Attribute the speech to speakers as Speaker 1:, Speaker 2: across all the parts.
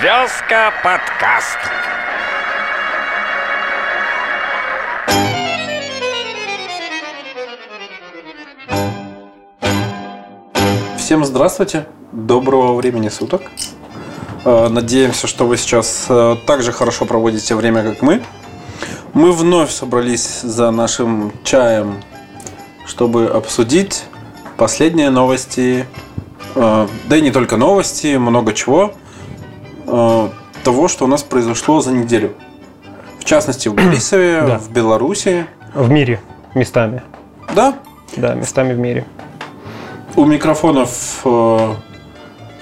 Speaker 1: Сказка подкаст.
Speaker 2: Всем здравствуйте, доброго времени суток. Э, Надеемся, что вы сейчас э, так же хорошо проводите время, как мы. Мы вновь собрались за нашим чаем, чтобы обсудить последние новости. э, Да и не только новости, много чего. э, Того, что у нас произошло за неделю. В частности, в Борисове,
Speaker 3: Да.
Speaker 2: в Беларуси.
Speaker 3: В мире местами.
Speaker 2: Да,
Speaker 3: Да, местами в мире.
Speaker 2: у микрофонов э,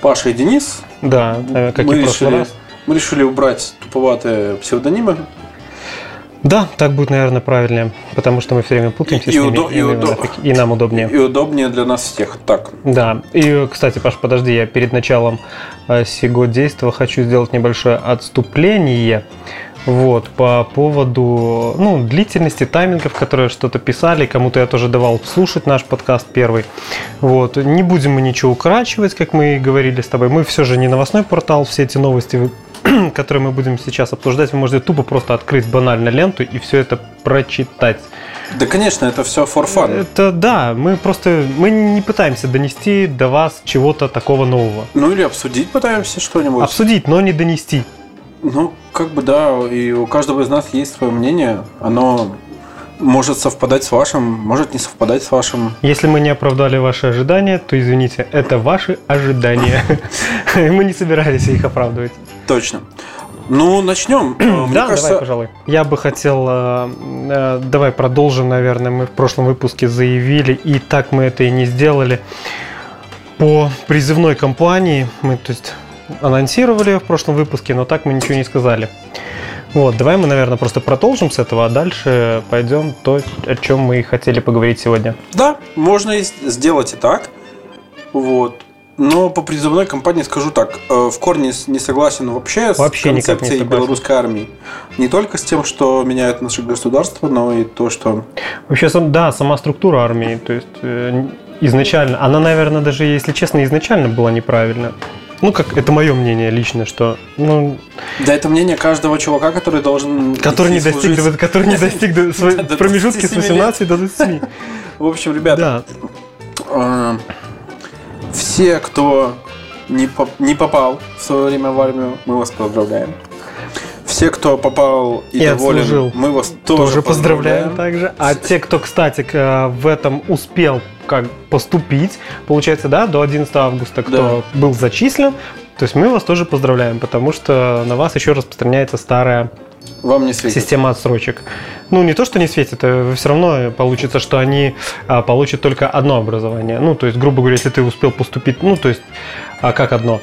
Speaker 2: Паша и Денис.
Speaker 3: Да, э, как
Speaker 2: мы,
Speaker 3: и в прошлый
Speaker 2: решили,
Speaker 3: раз.
Speaker 2: мы решили убрать туповатые псевдонимы.
Speaker 3: Да, так будет, наверное, правильнее, потому что мы все время путаемся
Speaker 2: И
Speaker 3: с ними,
Speaker 2: удо- и
Speaker 3: наверное,
Speaker 2: удо-
Speaker 3: так- и нам удобнее.
Speaker 2: И удобнее для нас всех. Так,
Speaker 3: Да. И, э, кстати, Паш, подожди, я перед началом э, сего действа хочу сделать небольшое отступление. Вот, по поводу, ну, длительности, таймингов, которые что-то писали, кому-то я тоже давал слушать наш подкаст первый. Вот, не будем мы ничего укорачивать, как мы и говорили с тобой. Мы все же не новостной портал, все эти новости, которые мы будем сейчас обсуждать, вы можете тупо просто открыть банально ленту и все это прочитать.
Speaker 2: да, конечно, это все for fun.
Speaker 3: Это да, мы просто мы не пытаемся донести до вас чего-то такого нового.
Speaker 2: Ну или обсудить пытаемся что-нибудь.
Speaker 3: Обсудить, но не донести.
Speaker 2: Ну, как бы да, и у каждого из нас есть свое мнение. Оно может совпадать с вашим, может не совпадать с вашим.
Speaker 3: Если мы не оправдали ваши ожидания, то извините, это ваши ожидания. Мы не собирались их оправдывать.
Speaker 2: Точно. Ну, начнем. Мне
Speaker 3: да, давай,
Speaker 2: кажется,
Speaker 3: пожалуй. Я бы хотел, э, э, давай продолжим, наверное, мы в прошлом выпуске заявили, и так мы это и не сделали. По призывной кампании мы, то есть, анонсировали её в прошлом выпуске, но так мы ничего не сказали. Вот, давай мы, наверное, просто продолжим с этого, а дальше пойдем то, о чем мы и хотели поговорить сегодня.
Speaker 2: Да, можно и с- сделать и так. Вот. Но по призывной кампании скажу так. э, В корне с- не согласен вообще,
Speaker 3: Вообще
Speaker 2: с
Speaker 3: никак не
Speaker 2: концепцией
Speaker 3: согласен.
Speaker 2: белорусской армии. Не только с тем, что меняет наше государство, но и то, что...
Speaker 3: Вообще, сам, да, сама структура армии, то есть э, н- изначально, она, наверное, даже, если честно, изначально была неправильна. Ну, как это мое мнение лично, что, ну,
Speaker 2: Да, это мнение каждого чувака, который должен...
Speaker 3: который не
Speaker 2: идти
Speaker 3: достиг,
Speaker 2: служить.
Speaker 3: до- который не достиг до своей-
Speaker 2: До
Speaker 3: промежутки с
Speaker 2: 27 лет.
Speaker 3: 18 до 27.
Speaker 2: В общем, ребята,
Speaker 3: Да,
Speaker 2: э, все, кто не, поп- не попал в свое время в армию, мы вас поздравляем. Все, кто попал и,
Speaker 3: И
Speaker 2: доволен,
Speaker 3: отслужил.
Speaker 2: мы вас тоже,
Speaker 3: тоже поздравляем
Speaker 2: поздравляем.
Speaker 3: также. А те, кто, кстати, к, э, в этом успел как поступить, получается, да, до 11 августа, кто был зачислен, то есть мы вас тоже поздравляем, потому что на вас еще распространяется старая
Speaker 2: Вам не светит.
Speaker 3: система отсрочек. Ну, не то, что не светит, все равно получится, что они а, получат только одно образование. Ну, то есть, грубо говоря, если ты успел поступить, ну, то есть, а как одно?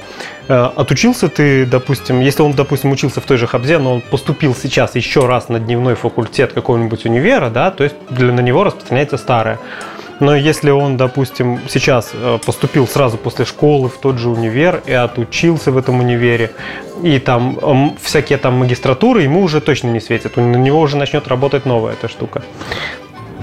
Speaker 3: Э, Отучился ты, допустим, если он, допустим, учился в той же Хабзе, но он поступил сейчас еще раз на дневной факультет какого-нибудь универа, да, то есть для, на него распространяется старое. Но если он, допустим, сейчас э, поступил сразу после школы в тот же универ и отучился в этом универе, и там м, всякие там магистратуры ему уже точно не светит. У- На него уже начнет работать новая эта штука.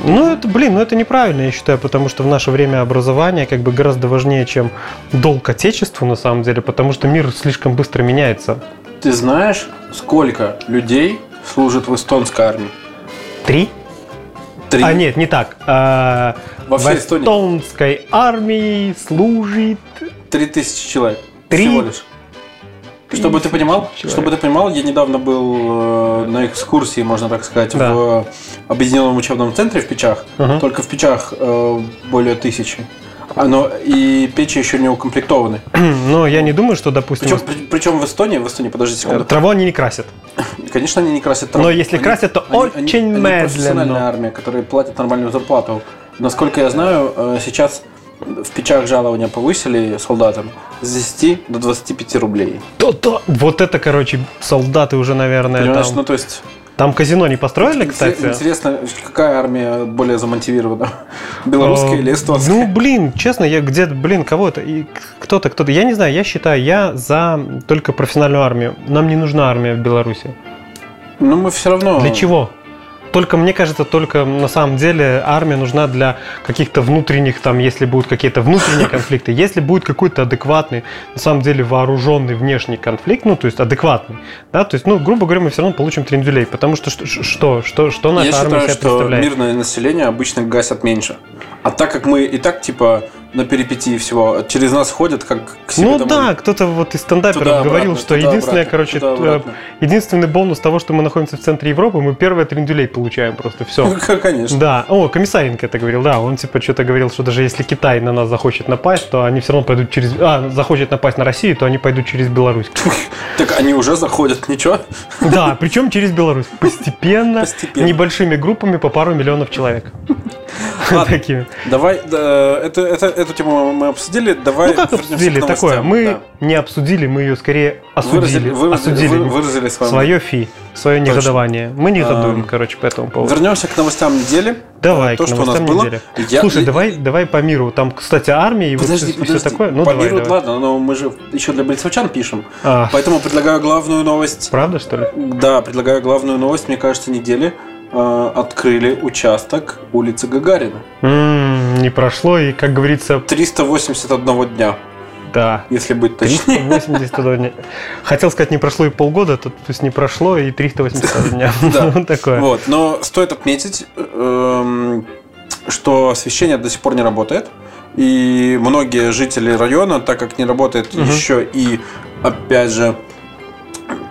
Speaker 3: Ну, это, блин, ну это неправильно, я считаю, потому что в наше время образование как бы гораздо важнее, чем долг отечеству, на самом деле, потому что мир слишком быстро меняется.
Speaker 2: Ты знаешь, сколько людей служит в эстонской армии?
Speaker 3: Три?
Speaker 2: Три.
Speaker 3: А, нет, не так. А,
Speaker 2: Во
Speaker 3: в
Speaker 2: всей Эстонии.
Speaker 3: эстонской армии служит...
Speaker 2: Три тысячи человек.
Speaker 3: Три
Speaker 2: Всего лишь. Чтобы ты понимал,
Speaker 3: человек.
Speaker 2: чтобы ты понимал, я недавно был э, на экскурсии, можно так сказать,
Speaker 3: Да.
Speaker 2: в э, объединенном учебном центре в Печах.
Speaker 3: Мгм.
Speaker 2: Только в Печах э, более тысячи. Оно и печи еще не укомплектованы.
Speaker 3: Но я не думаю, что, допустим,
Speaker 2: Причем, при- причем в Эстонии, в Эстонии, подожди секунду.
Speaker 3: траву они не красят.
Speaker 2: Конечно, они не красят
Speaker 3: Но если красят, то очень
Speaker 2: они
Speaker 3: медленно.
Speaker 2: профессиональная армия, которая платит нормальную зарплату. Насколько я знаю, э, сейчас в печах жалования повысили солдатам с 10 до 25 рублей.
Speaker 3: То-то. Вот это, короче, солдаты уже, наверное,
Speaker 2: Понимаешь,
Speaker 3: там...
Speaker 2: ну то есть
Speaker 3: Там казино не построили,
Speaker 2: инте-
Speaker 3: кстати?
Speaker 2: интересно, какая армия более замотивирована? Белорусская
Speaker 3: Э,
Speaker 2: или эстонская?
Speaker 3: Ну, блин, честно, я где-то, блин, кого-то, и кто-то, кто-то, я не знаю, я считаю, я за только профессиональную армию. Нам не нужна армия в Беларуси.
Speaker 2: Ну, мы все равно...
Speaker 3: Для чего? Только, мне кажется, только на самом деле армия нужна для каких-то внутренних, там, если будут какие-то внутренние конфликты, если будет какой-то адекватный, на самом деле вооруженный внешний конфликт, ну, то есть адекватный, да, то есть, ну, грубо говоря, мы все равно получим трендюлей, потому что что, что, что, что наша
Speaker 2: Я считаю,
Speaker 3: армия себя
Speaker 2: что
Speaker 3: представляет?
Speaker 2: мирное население обычно гасят меньше. А так как мы и так, типа, на перипетии всего, через нас ходят, как к себе
Speaker 3: Ну
Speaker 2: домой.
Speaker 3: да, кто-то вот из стендаперов
Speaker 2: Туда-обратно,
Speaker 3: говорил, что
Speaker 2: туда-обратно,
Speaker 3: единственное, короче,
Speaker 2: туда-обратно.
Speaker 3: э, единственный бонус того, что мы находимся в центре Европы, мы первое трендюлей получаем просто все.
Speaker 2: Конечно.
Speaker 3: Да, о, Комиссаренко это говорил, да, он типа что-то говорил, что даже если Китай на нас захочет напасть, то они все равно пойдут через, а, захочет напасть на Россию, то они пойдут через Беларусь.
Speaker 2: Так они уже заходят, ничего?
Speaker 3: Да, причем через Беларусь, постепенно,
Speaker 2: Постепенно.
Speaker 3: небольшими группами по пару миллионов человек.
Speaker 2: Ладно.
Speaker 3: Такими.
Speaker 2: Давай, да, это, это, эту тему мы обсудили, давай
Speaker 3: Ну как
Speaker 2: вернемся
Speaker 3: обсудили
Speaker 2: к
Speaker 3: такое?
Speaker 2: новостям,
Speaker 3: Мы
Speaker 2: да.
Speaker 3: не обсудили, мы ее скорее
Speaker 2: Выразили,
Speaker 3: осудили,
Speaker 2: выразили,
Speaker 3: осудили.
Speaker 2: вы- выразили с вами.
Speaker 3: Свое фи, свое
Speaker 2: Точно.
Speaker 3: негодование. Мы негодуем,
Speaker 2: Эм,
Speaker 3: короче, по этому поводу.
Speaker 2: Вернемся к новостям недели.
Speaker 3: Давай,
Speaker 2: Э, то,
Speaker 3: к
Speaker 2: что у нас
Speaker 3: новостям
Speaker 2: было.
Speaker 3: недели.
Speaker 2: Я-
Speaker 3: Слушай, давай, давай по миру. Там, кстати, армия и вот
Speaker 2: Подожди,
Speaker 3: всё- всё
Speaker 2: подожди.
Speaker 3: такое. Ну,
Speaker 2: По
Speaker 3: давай,
Speaker 2: миру,
Speaker 3: давай.
Speaker 2: ладно, но мы же еще для бельцевчан пишем.
Speaker 3: А,
Speaker 2: Поэтому предлагаю главную новость.
Speaker 3: правда, что ли?
Speaker 2: Да, предлагаю главную новость, мне кажется, недели. Э, Открыли участок улицы Гагарина.
Speaker 3: М, не прошло, и, как говорится,
Speaker 2: 381 дня,
Speaker 3: да.
Speaker 2: если быть точнее.
Speaker 3: 382 дня. Хотел сказать, не прошло и полгода, тут то есть не прошло и 382 дня.
Speaker 2: Да.
Speaker 3: Вот такое.
Speaker 2: Вот, но стоит отметить, эм, что освещение до сих пор не работает. И многие жители района, так как не работает
Speaker 3: Мгм.
Speaker 2: еще и, опять же,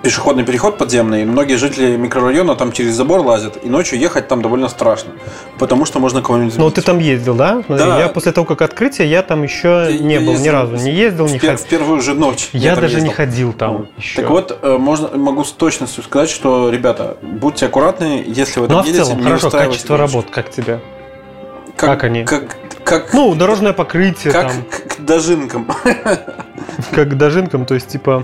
Speaker 2: пешеходный переход подземный, многие жители микрорайона там через забор лазят, и ночью ехать там довольно страшно, потому что можно кого-нибудь
Speaker 3: Ну,
Speaker 2: сбить.
Speaker 3: ты там ездил, да? Смотри,
Speaker 2: Да.
Speaker 3: Я после того, как открытие, я там еще
Speaker 2: Я-
Speaker 3: не
Speaker 2: я
Speaker 3: был ни
Speaker 2: ездил
Speaker 3: разу. Не ездил,
Speaker 2: в,
Speaker 3: не
Speaker 2: пер-
Speaker 3: ходил.
Speaker 2: в первую же ночь.
Speaker 3: Я
Speaker 2: там
Speaker 3: даже не
Speaker 2: ездил.
Speaker 3: ходил там
Speaker 2: Вот.
Speaker 3: еще.
Speaker 2: Так вот, э, можно, могу с точностью сказать, что, ребята, будьте аккуратны, если вы
Speaker 3: Ну,
Speaker 2: там
Speaker 3: а в
Speaker 2: едете,
Speaker 3: целом,
Speaker 2: не
Speaker 3: хорошо,
Speaker 2: устраивайте
Speaker 3: качество
Speaker 2: ночь.
Speaker 3: работ, как тебе?
Speaker 2: Как,
Speaker 3: Как они?
Speaker 2: Как, как,
Speaker 3: Ну, дорожное покрытие,
Speaker 2: как
Speaker 3: там,
Speaker 2: к- к дожинкам.
Speaker 3: как к дожинкам, то есть, типа,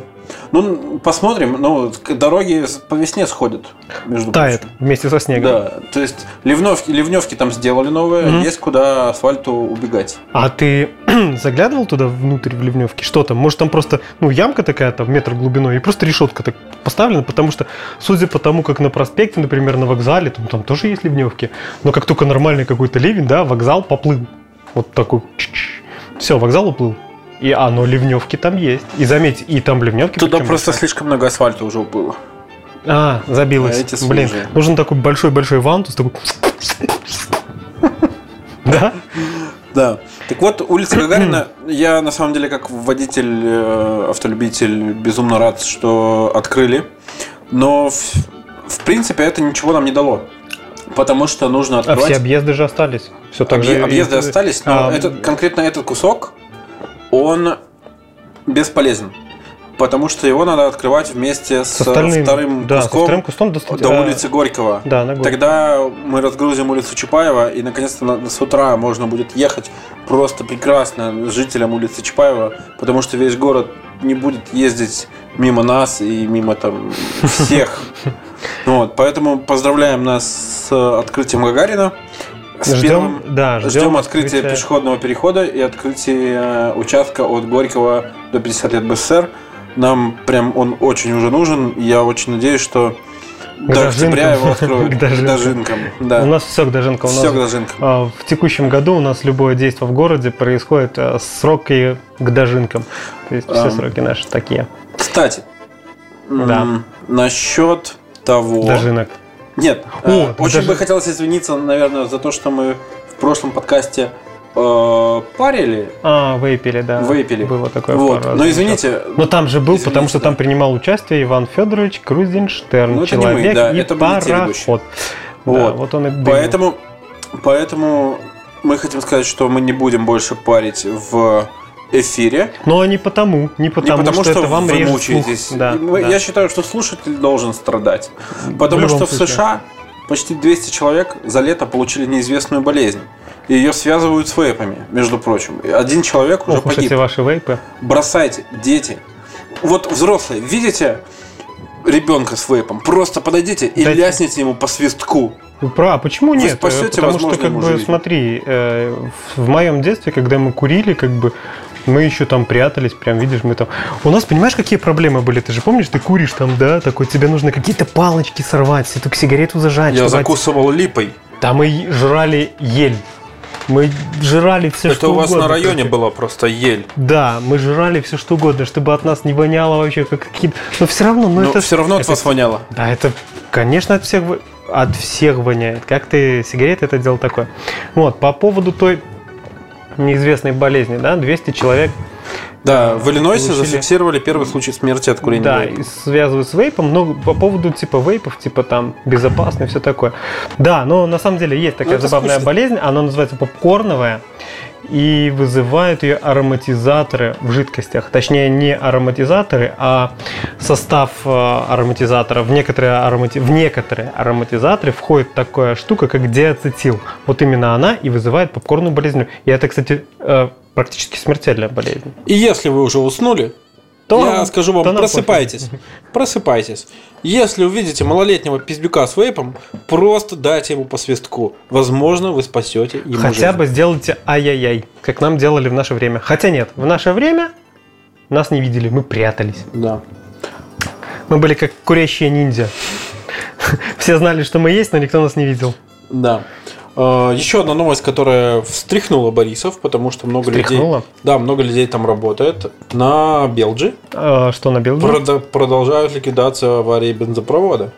Speaker 2: Ну, посмотрим. Ну, к- дороги с- по весне сходят, между
Speaker 3: тает
Speaker 2: прочим.
Speaker 3: вместе со снегом.
Speaker 2: Да, то есть ливневки, ливневки там сделали новые,
Speaker 3: Мгм.
Speaker 2: есть куда асфальту убегать.
Speaker 3: А ты заглядывал туда внутрь в ливневке? Что там? Может, там просто, ну, ямка такая, там, метр глубиной, и просто решетка так поставлена, потому что, судя по тому, как на проспекте, например, на вокзале, там, там тоже есть ливневки, но как только нормальный какой-то ливень, да, вокзал поплыл. Вот такой. Все, вокзал уплыл. И, а, но ливневки там есть. И заметь, и там ливневки.
Speaker 2: Туда
Speaker 3: причем
Speaker 2: просто
Speaker 3: большие.
Speaker 2: слишком много асфальта уже было.
Speaker 3: А, забилось.
Speaker 2: А эти служи.
Speaker 3: Блин, нужен такой большой-большой вантус, такой... Да?
Speaker 2: Да. Так вот, улица Гагарина, я на самом деле как водитель, э, автолюбитель, безумно рад, что открыли. Но в, в принципе это ничего нам не дало. Потому что нужно
Speaker 3: А
Speaker 2: открывать...
Speaker 3: все объезды же остались. Все так
Speaker 2: Объ-
Speaker 3: же.
Speaker 2: объезды остались, но
Speaker 3: А,
Speaker 2: этот, конкретно этот кусок, он бесполезен. Потому что его надо открывать вместе с
Speaker 3: С остальным,
Speaker 2: вторым
Speaker 3: да,
Speaker 2: куском
Speaker 3: со вторым кустом до, а,
Speaker 2: до улицы Горького.
Speaker 3: Да, на Горького.
Speaker 2: Тогда мы разгрузим улицу Чапаева, и наконец-то на- с утра можно будет ехать просто прекрасно жителям улицы Чапаева, потому что весь город не будет ездить мимо нас и мимо там всех. Вот, поэтому поздравляем нас с э, открытием Гагарина. С первым-
Speaker 3: Ждем, да,
Speaker 2: Ждем, открытия пешеходного перехода и открытия э, участка от Горького до 50 лет БССР. Нам прям он очень уже нужен. и Я очень надеюсь, что до
Speaker 3: дожинкам.
Speaker 2: октября его откроют.
Speaker 3: К дожинкам.
Speaker 2: дожинкам.
Speaker 3: У
Speaker 2: Да.
Speaker 3: нас все к Доженко. У нас
Speaker 2: Все к дожинкам.
Speaker 3: а, в текущем году у нас любое действие в городе происходит а, сроки к дожинкам. То есть все
Speaker 2: Ам.
Speaker 3: сроки наши такие.
Speaker 2: Кстати, м,
Speaker 3: Да.
Speaker 2: насчет того...
Speaker 3: Дожинок.
Speaker 2: Нет,
Speaker 3: О,
Speaker 2: э,
Speaker 3: так
Speaker 2: очень
Speaker 3: даже-
Speaker 2: бы хотелось извиниться, наверное, за то, что мы в прошлом подкасте э, парили,
Speaker 3: А, вейпили, да.
Speaker 2: вейпили.
Speaker 3: Было такое
Speaker 2: Вот.
Speaker 3: пару раз.
Speaker 2: Но извините,
Speaker 3: Но там же был,
Speaker 2: Извините,
Speaker 3: потому что
Speaker 2: да.
Speaker 3: там принимал участие Иван Федорович Крузенштерн,
Speaker 2: Ну, это не мы,
Speaker 3: человек
Speaker 2: да,
Speaker 3: и
Speaker 2: это были те ведущие.
Speaker 3: пароход. Да,
Speaker 2: Вот.
Speaker 3: вот он и был.
Speaker 2: Поэтому, поэтому мы хотим сказать, что мы не будем больше парить в эфире.
Speaker 3: Но не потому, не потому,
Speaker 2: не потому, что,
Speaker 3: это вам
Speaker 2: вы
Speaker 3: режет
Speaker 2: мучаетесь.
Speaker 3: слух. Да,
Speaker 2: И мы-
Speaker 3: да.
Speaker 2: Я считаю, что слушатель должен страдать. Потому
Speaker 3: любом
Speaker 2: что в
Speaker 3: случае.
Speaker 2: США почти 200 человек за лето получили неизвестную болезнь. И ее связывают с вейпами, между прочим. И Один человек уже
Speaker 3: Ох уж
Speaker 2: погиб.
Speaker 3: эти Ну, ваши вейпы.
Speaker 2: Бросайте, дети. Вот взрослые, видите ребенка с вейпом? Просто подойдите и
Speaker 3: Дайте-
Speaker 2: лясните ему по свистку.
Speaker 3: Вы прав. А почему
Speaker 2: Вы
Speaker 3: нет? Э,
Speaker 2: спасете
Speaker 3: Потому что,
Speaker 2: возможную
Speaker 3: как
Speaker 2: ему
Speaker 3: бы,
Speaker 2: жизнь.
Speaker 3: смотри, э, в в моем детстве, когда мы курили, как бы Мы еще там прятались, прям видишь, мы там... У нас, понимаешь, какие проблемы были? Ты же помнишь, ты куришь там, да? Такой, тебе нужно какие-то палочки сорвать, эту сигарету зажать.
Speaker 2: Я
Speaker 3: чтобы
Speaker 2: закусывал липой.
Speaker 3: от- Там мы жрали ель. Мы жрали все,
Speaker 2: Это
Speaker 3: что
Speaker 2: у вас
Speaker 3: угодно,
Speaker 2: на районе
Speaker 3: короче.
Speaker 2: была просто ель.
Speaker 3: Да, мы жрали все, что угодно, чтобы от нас не воняло вообще как какие-то... Но все равно, ну
Speaker 2: Но
Speaker 3: это...
Speaker 2: все равно от
Speaker 3: это-
Speaker 2: вас воняло.
Speaker 3: Да, это, конечно, от всех, вы- от всех воняет. Как ты сигареты это дело такое? Вот, по поводу той неизвестной болезни, да, 200 человек,
Speaker 2: Да, в Иллинойсе
Speaker 3: получили-
Speaker 2: зафиксировали первый случай смерти от курения.
Speaker 3: да,
Speaker 2: вейпа.
Speaker 3: и связывают с вейпом, но по поводу типа вейпов, типа там безопасно, все такое. Да, но на самом деле есть такая
Speaker 2: Ну, это
Speaker 3: забавная
Speaker 2: скучно.
Speaker 3: болезнь, она называется попкорновая, и вызывают ее ароматизаторы в жидкостях. Точнее, не ароматизаторы, а состав э, ароматизатора. В некоторые, аромати... в некоторые ароматизаторы входит такая штука, как диацетил. Вот именно она и вызывает попкорную болезнь. И это, кстати, э, практически смертельная болезнь.
Speaker 2: И если вы уже уснули,
Speaker 3: То-
Speaker 2: я скажу вам,
Speaker 3: то нам пофиг.
Speaker 2: просыпайтесь. Просыпайтесь. Если увидите малолетнего пиздюка с вейпом, просто дайте ему по свистку. Возможно, вы спасете ему
Speaker 3: Хотя
Speaker 2: жизнь.
Speaker 3: бы сделайте ай-яй-яй, как нам делали в наше время. Хотя нет, в наше время нас не видели, мы прятались.
Speaker 2: Да.
Speaker 3: Мы были как курящие ниндзя. Все знали, что мы есть, но никто нас не видел.
Speaker 2: Да. Э, Еще одна новость, которая встряхнула Борисов, потому что много людей...
Speaker 3: Встряхнула?
Speaker 2: Да, много людей там работает. На Белджи
Speaker 3: А, что на Белге?
Speaker 2: Прода- продолжают ликвидацию аварии бензопровода.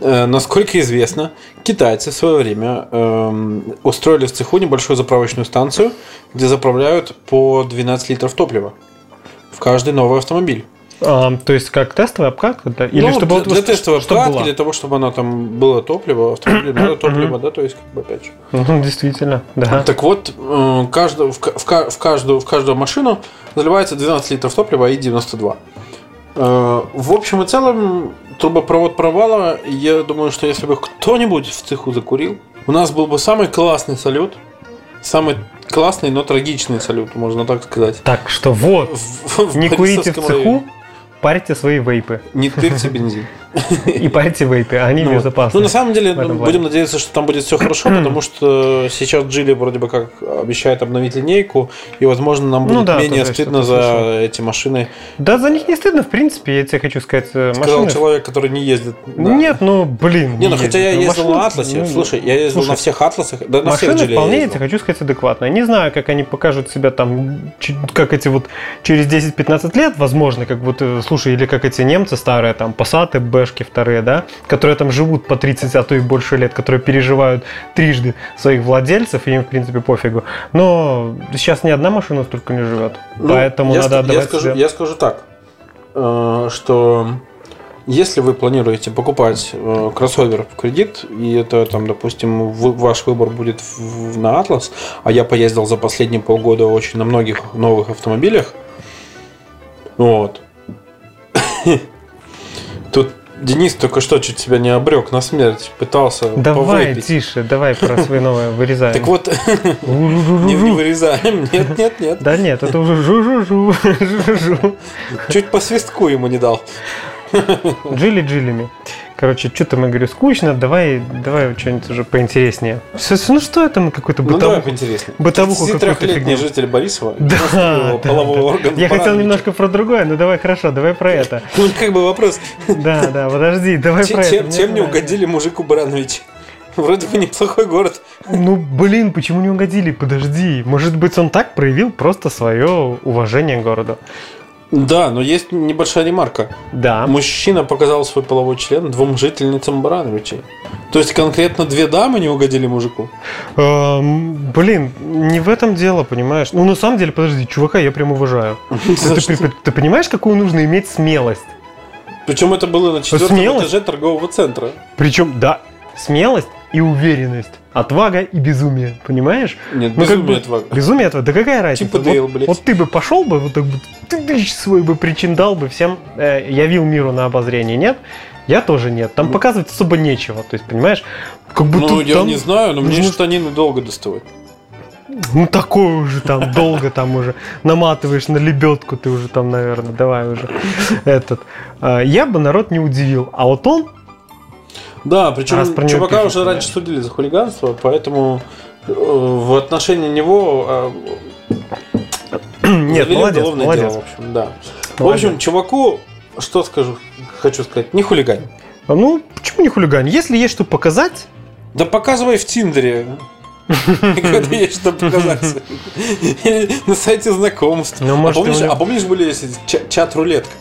Speaker 2: Э, Насколько известно, китайцы в свое время эм, устроили в цеху небольшую заправочную станцию, где заправляют по 12 литров топлива в каждый новый автомобиль.
Speaker 3: А, то есть как тестовая обкатка? да? Или
Speaker 2: Ну,
Speaker 3: чтобы...
Speaker 2: для,
Speaker 3: вот-
Speaker 2: для тестовой
Speaker 3: чтобы
Speaker 2: обкатки,
Speaker 3: была?
Speaker 2: для того, чтобы она там было топливо, автомобилю надо топливо, да, то есть как бы опять же.
Speaker 3: Мгм, Действительно, да.
Speaker 2: Так вот, э, каждую- в, ка- в ка- в каждую, в каждую машину заливается 12 литров топлива и 92. Э, В общем и целом, трубопровод провала, я думаю, что если бы кто-нибудь в цеху закурил, у нас был бы самый классный салют, самый классный, но трагичный салют, можно так сказать.
Speaker 3: Так что вот,
Speaker 2: В- в
Speaker 3: не курите в
Speaker 2: Борисовском
Speaker 3: цеху,
Speaker 2: районе.
Speaker 3: парьте свои вейпы.
Speaker 2: Не тырьте бензин.
Speaker 3: И парьте вейпы, они
Speaker 2: Ну,
Speaker 3: безопасны.
Speaker 2: Ну, на самом деле,
Speaker 3: в этом
Speaker 2: ну,
Speaker 3: плане.
Speaker 2: будем надеяться, что там будет все хорошо, потому что сейчас Джили вроде бы как обещает обновить линейку, и, возможно, нам
Speaker 3: Ну
Speaker 2: будет
Speaker 3: да,
Speaker 2: менее
Speaker 3: тоже я
Speaker 2: стыдно
Speaker 3: что-то слышал.
Speaker 2: за эти машины.
Speaker 3: Да за них не стыдно, в принципе, я тебе хочу сказать, э,
Speaker 2: Сказал
Speaker 3: машины...
Speaker 2: человек, который не ездит. да.
Speaker 3: Нет, ну, блин.
Speaker 2: Не, ну хотя я
Speaker 3: ездит.
Speaker 2: ездил
Speaker 3: Машины-
Speaker 2: на Атласе.
Speaker 3: ну,
Speaker 2: Слушай, я ездил
Speaker 3: слушай,
Speaker 2: на всех Атласах, да на всех
Speaker 3: Машины
Speaker 2: Джили.
Speaker 3: вполне, я тебе хочу сказать, адекватные. Не знаю, как они покажут себя там, ч- как эти вот через 10-15 лет, возможно, как вот, э, слушай, или как эти немцы старые, там, пассаты, бэшки вторые, да, которые там живут по 30, а то и больше лет, которые переживают трижды своих владельцев, и им, в принципе, пофигу. Но сейчас ни одна машина столько не живет.
Speaker 2: Ну,
Speaker 3: поэтому
Speaker 2: я
Speaker 3: надо
Speaker 2: ска- я
Speaker 3: отдавать
Speaker 2: скажу,
Speaker 3: себе-
Speaker 2: я скажу так, э, что если вы планируете покупать э, кроссовер в кредит, и это там, допустим, вы- ваш выбор будет в- на Атлас, а я поездил за последние полгода очень на многих новых автомобилях, вот. Тут Денис только что чуть себя не обрек на смерть, пытался
Speaker 3: Давай,
Speaker 2: повыпить.
Speaker 3: тише, давай про свои новые вырезаем.
Speaker 2: Так вот,
Speaker 3: Ру-ру-ру-ру.
Speaker 2: не, не вырезаем. Нет, нет, нет.
Speaker 3: Да нет, это уже жу-жу-жу, жу-жу-жу.
Speaker 2: Чуть по свистку ему не дал.
Speaker 3: Джили-джилями. Короче, что-то мы говорю, скучно, давай, давай что-нибудь уже поинтереснее. Всё, всё, ну что это мы какой-то
Speaker 2: Ну давай
Speaker 3: бытовуху?
Speaker 2: поинтереснее.
Speaker 3: бытовуху какую-то
Speaker 2: 33-летний
Speaker 3: фигню.
Speaker 2: житель Борисова.
Speaker 3: Да,
Speaker 2: демонстрировал
Speaker 3: да,
Speaker 2: половой
Speaker 3: да.
Speaker 2: орган.
Speaker 3: Я хотел
Speaker 2: параметр.
Speaker 3: немножко про другое, но давай хорошо, давай про это.
Speaker 2: Ну как бы вопрос,
Speaker 3: Да, да, подожди, давай
Speaker 2: чем,
Speaker 3: про это.
Speaker 2: чем-
Speaker 3: мне
Speaker 2: чем не
Speaker 3: нравится.
Speaker 2: угодили мужику Баранович? Вроде бы неплохой город.
Speaker 3: Ну, блин, почему не угодили? Подожди. Может быть, он так проявил просто свое уважение к городу.
Speaker 2: Да, но есть небольшая ремарка.
Speaker 3: Да.
Speaker 2: Мужчина показал свой половой член двум жительницам Барановичей. То есть конкретно две дамы не угодили мужику.
Speaker 3: Эм, блин, не в этом дело, понимаешь? Ну, на самом деле, подожди, чувака я прям уважаю.
Speaker 2: За
Speaker 3: Ты,
Speaker 2: что?
Speaker 3: ты- ты понимаешь, какую нужно иметь смелость?
Speaker 2: Причем это было на четвертом
Speaker 3: Смелость?
Speaker 2: этаже торгового центра.
Speaker 3: Причем, да, смелость и уверенность, отвага и безумие, понимаешь?
Speaker 2: Нет,
Speaker 3: Ну, как
Speaker 2: безумие
Speaker 3: бы-
Speaker 2: отвага.
Speaker 3: Безумие этого, да какая разница?
Speaker 2: Типа Дейл,
Speaker 3: вот,
Speaker 2: блядь.
Speaker 3: вот ты бы пошел бы, вот так бы, ты тыщ свой бы причиндал бы всем, э, явил миру на обозрение, нет? Я тоже нет. Там показывать особо нечего, то есть, понимаешь? Как будто
Speaker 2: Ну, я
Speaker 3: там-
Speaker 2: не знаю, но мне
Speaker 3: нужно-
Speaker 2: штанины долго доставать.
Speaker 3: Ну, такое уже там, долго там уже наматываешь на лебедку ты уже там, наверное, давай уже этот. Э, Я бы народ не удивил, а вот он
Speaker 2: Да,
Speaker 3: Раз про
Speaker 2: причем
Speaker 3: него
Speaker 2: чувака
Speaker 3: пишут,
Speaker 2: уже
Speaker 3: да.
Speaker 2: раньше судили за хулиганство, поэтому э, в отношении него э,
Speaker 3: Нет,
Speaker 2: Завели
Speaker 3: молодец,
Speaker 2: уголовное
Speaker 3: молодец.
Speaker 2: дело, в общем, да.
Speaker 3: Молодец.
Speaker 2: В общем, чуваку, что скажу, хочу сказать, не хулигань.
Speaker 3: Ну, почему не хулигань? Если есть что показать,
Speaker 2: Да показывай в Тиндере. Когда есть что показать. Или на сайте знакомств.
Speaker 3: Ну,
Speaker 2: А
Speaker 3: может,
Speaker 2: помнишь,
Speaker 3: у него-
Speaker 2: а помнишь, были эти ча- чат-рулетка?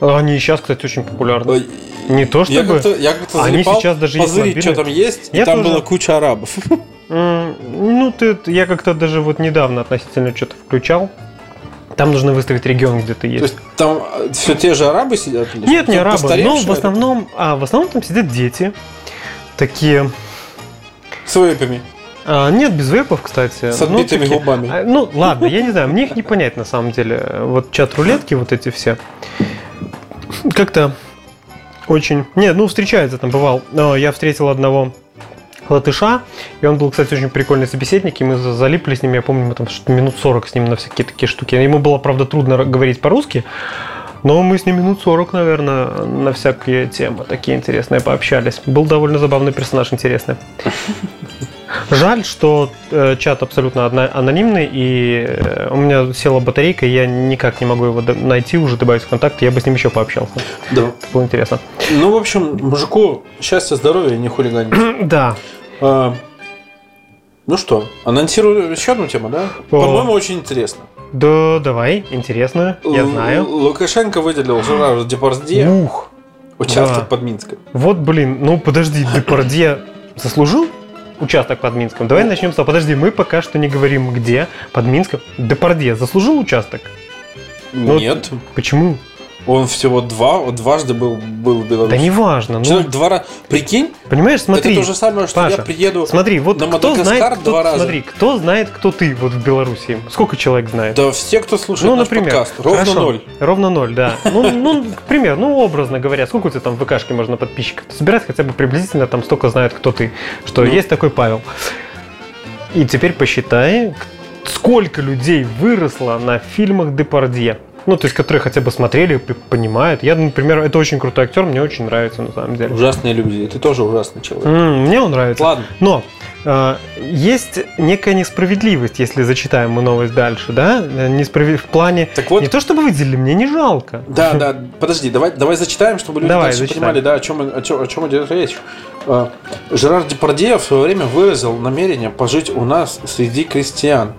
Speaker 3: они и сейчас, кстати, очень популярны.
Speaker 2: Ой,
Speaker 3: Не то
Speaker 2: Я
Speaker 3: чтобы-
Speaker 2: как-то, я как-то
Speaker 3: Они
Speaker 2: залипал
Speaker 3: сейчас даже есть
Speaker 2: позырить, что
Speaker 3: мобильные.
Speaker 2: там есть, и
Speaker 3: Я
Speaker 2: там
Speaker 3: тоже.
Speaker 2: была куча арабов.
Speaker 3: М, Ну, ты, я как-то даже вот недавно относительно что-то включал. Там нужно выставить регион, где ты
Speaker 2: То
Speaker 3: есть.
Speaker 2: есть там все те же арабы сидят? или
Speaker 3: Нет,
Speaker 2: что?
Speaker 3: не
Speaker 2: Кто-
Speaker 3: арабы, но
Speaker 2: постаревшие?
Speaker 3: в основном, а, в основном там сидят дети. Такие.
Speaker 2: С вейпами.
Speaker 3: а, нет, без вейпов, кстати.
Speaker 2: С
Speaker 3: Ну,
Speaker 2: отбитыми
Speaker 3: такие-
Speaker 2: губами.
Speaker 3: а, Ну, ладно, я не знаю, мне их не понять на самом деле. Вот чат рулетки, вот эти все. Как-то очень... Нет, ну, встречается там, бывал. Но я встретил одного латыша, и он был, кстати, очень прикольный собеседник, и мы за- залипли с ним, я помню, мы там что-то минут 40 с ним на всякие такие штуки. Ему было, правда, трудно р- говорить по-русски, но мы с ним минут 40, наверное, на всякие темы такие интересные пообщались. Был довольно забавный персонаж, интересный. Жаль, что э, чат абсолютно одна- анонимный, и э, у меня села батарейка, и я никак не могу его до- найти, уже добавить в контакт, я бы с ним еще пообщался.
Speaker 2: Да.
Speaker 3: Это было интересно.
Speaker 2: Ну, в общем, мужику счастья, здоровья, не хулиганить.
Speaker 3: Да.
Speaker 2: А, Ну что, анонсирую еще одну тему, да? По-моему, очень интересно.
Speaker 3: Да, давай, интересно, я
Speaker 2: Л-
Speaker 3: знаю.
Speaker 2: Лукашенко выделил Жерару Депардье
Speaker 3: Ух,
Speaker 2: участок
Speaker 3: да.
Speaker 2: под Минском.
Speaker 3: вот блин, ну подожди, Депардье заслужил участок под Минском? Давай начнем с того. Подожди, мы пока что не говорим, где под Минском. Депардье заслужил участок? Ну,
Speaker 2: Нет,
Speaker 3: Почему?
Speaker 2: он всего два, дважды был, был в Беларуси.
Speaker 3: Да неважно. Ну,
Speaker 2: Человек два раза. Прикинь,
Speaker 3: понимаешь, смотри.
Speaker 2: это то же самое, что я
Speaker 3: Паша,
Speaker 2: приеду.
Speaker 3: Смотри, вот
Speaker 2: На
Speaker 3: кто
Speaker 2: Мадагаскар
Speaker 3: знает, кто,
Speaker 2: два раза.
Speaker 3: смотри, кто знает, кто ты вот в Беларуси? Сколько человек знает?
Speaker 2: Да все, кто слушает
Speaker 3: ну,
Speaker 2: наш
Speaker 3: например,
Speaker 2: подкаст, ровно
Speaker 3: хорошо,
Speaker 2: ноль.
Speaker 3: Ровно ноль, да. Ну, ну, к примеру, ну, образно говоря, сколько у тебя там в ВКшке можно подписчиков собирать, хотя бы приблизительно там столько знает, кто ты, что
Speaker 2: Ну.
Speaker 3: есть такой Павел. И теперь посчитай, к- сколько людей выросло на фильмах Депардье. Ну, то есть, которые хотя бы смотрели, п- понимают. Я, например, это очень крутой актер, мне очень нравится на самом деле.
Speaker 2: Ужасные люди, и ты тоже ужасный человек.
Speaker 3: М, Мне он нравится.
Speaker 2: Ладно,
Speaker 3: Но э, есть некая несправедливость, если зачитаем мы новость дальше, да? Э, Несправед... В плане...
Speaker 2: так вот,
Speaker 3: Не то чтобы выделили, мне не жалко.
Speaker 2: Да, да, подожди, давай, давай зачитаем, чтобы люди
Speaker 3: Давай,
Speaker 2: дальше
Speaker 3: зачитаем.
Speaker 2: понимали, да, о чем, о чем, о чем идет речь. Э, Жерар Депардье в свое время выразил намерение пожить у нас среди крестьян.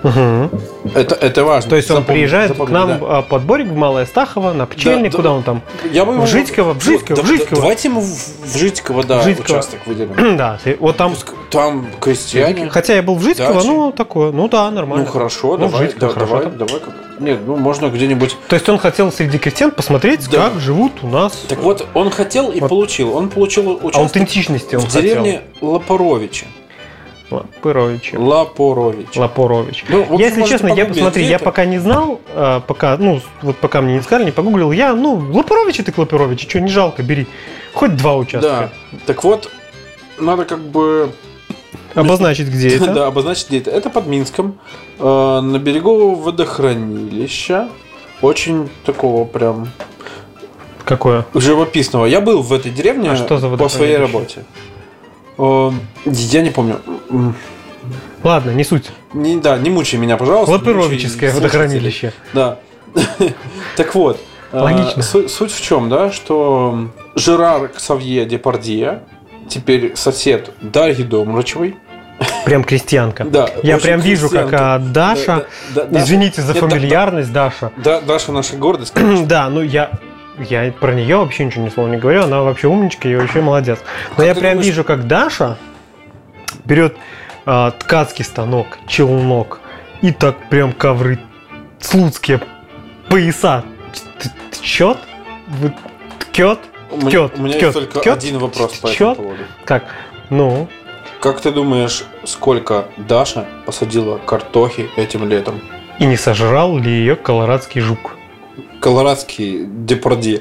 Speaker 3: Мгм.
Speaker 2: Это, это важно.
Speaker 3: То есть он
Speaker 2: Запомни-
Speaker 3: приезжает к
Speaker 2: запомни,
Speaker 3: нам
Speaker 2: да.
Speaker 3: э, под Борик в Малое Стахово, на Пчельник,
Speaker 2: да.
Speaker 3: куда он там?
Speaker 2: Я бы
Speaker 3: в Житьково, в Житьково,
Speaker 2: Да,
Speaker 3: в Житьково.
Speaker 2: да, Давайте ему в в Житьково, да,
Speaker 3: В Житьково.
Speaker 2: участок выделим.
Speaker 3: да, ты- вот там...
Speaker 2: Там крестьяне.
Speaker 3: Хотя я был в Житково,
Speaker 2: Дачи.
Speaker 3: ну такое, ну да, нормально.
Speaker 2: Ну хорошо,
Speaker 3: Ну, в
Speaker 2: давай,
Speaker 3: Житьково
Speaker 2: да,
Speaker 3: хорошо
Speaker 2: давай,
Speaker 3: там.
Speaker 2: давай. как- Нет, ну можно где-нибудь.
Speaker 3: То есть он хотел среди крестьян посмотреть,
Speaker 2: Да.
Speaker 3: как живут у нас
Speaker 2: Так вот, он хотел и
Speaker 3: Вот.
Speaker 2: получил. Он получил участок
Speaker 3: аутентичности он
Speaker 2: в деревне Лапоровичи.
Speaker 3: хотел. Лапорович.
Speaker 2: Лапорович.
Speaker 3: Лапорович.
Speaker 2: Ну, в общем,
Speaker 3: Если
Speaker 2: можете
Speaker 3: честно, я
Speaker 2: погуглить,
Speaker 3: посмотри,
Speaker 2: где
Speaker 3: я
Speaker 2: это.
Speaker 3: пока не знал, э, пока, ну, вот пока мне не сказали, не погуглил, я, ну, Лапоровича ты Клапировича, что, не жалко, бери. Хоть два
Speaker 2: Да.
Speaker 3: участка.
Speaker 2: Так вот, надо как бы
Speaker 3: Обозначить, где это.
Speaker 2: да, обозначить, где это. Это под Минском, э, на берегу водохранилища. Очень такого прям
Speaker 3: Какое?
Speaker 2: живописного. Я был в этой деревне
Speaker 3: А что за
Speaker 2: по своей
Speaker 3: водохранилище?
Speaker 2: работе. Э, Я не помню. М,
Speaker 3: Ладно, не суть.
Speaker 2: Не, да, не мучай меня, пожалуйста. не мучай
Speaker 3: Лапировическое
Speaker 2: слушателей.
Speaker 3: водохранилище.
Speaker 2: Да. Так вот. э,
Speaker 3: Логично.
Speaker 2: су- Суть в чем, да, что Жерар Ксавье Депардье, теперь сосед Дарьи Домрачевой,
Speaker 3: Прям крестьянка.
Speaker 2: Да,
Speaker 3: Я
Speaker 2: очень
Speaker 3: прям вижу, как
Speaker 2: крестьянка.
Speaker 3: а, Даша...
Speaker 2: Да, да, да,
Speaker 3: Извините за
Speaker 2: Нет, да,
Speaker 3: фамильярность, Даша.
Speaker 2: Да, Даша наша гордость.
Speaker 3: Да, ну я... Я про нее вообще ничего ни слова не говорю, она вообще умничка и вообще молодец. Но я
Speaker 2: ты
Speaker 3: прям
Speaker 2: думаешь-
Speaker 3: вижу, как Даша берет а, ткацкий станок, челнок и так прям ковры слуцкие пояса т- т- тчет, вы- ткет,
Speaker 2: У меня,
Speaker 3: Ткет,
Speaker 2: у меня
Speaker 3: ткет,
Speaker 2: есть только
Speaker 3: ткет,
Speaker 2: один вопрос по этому
Speaker 3: ткет.
Speaker 2: поводу.
Speaker 3: как, ну,
Speaker 2: Как ты думаешь, сколько Даша посадила картохи этим летом?
Speaker 3: и не сожрал ли ее колорадский жук?
Speaker 2: Колорадский депарди.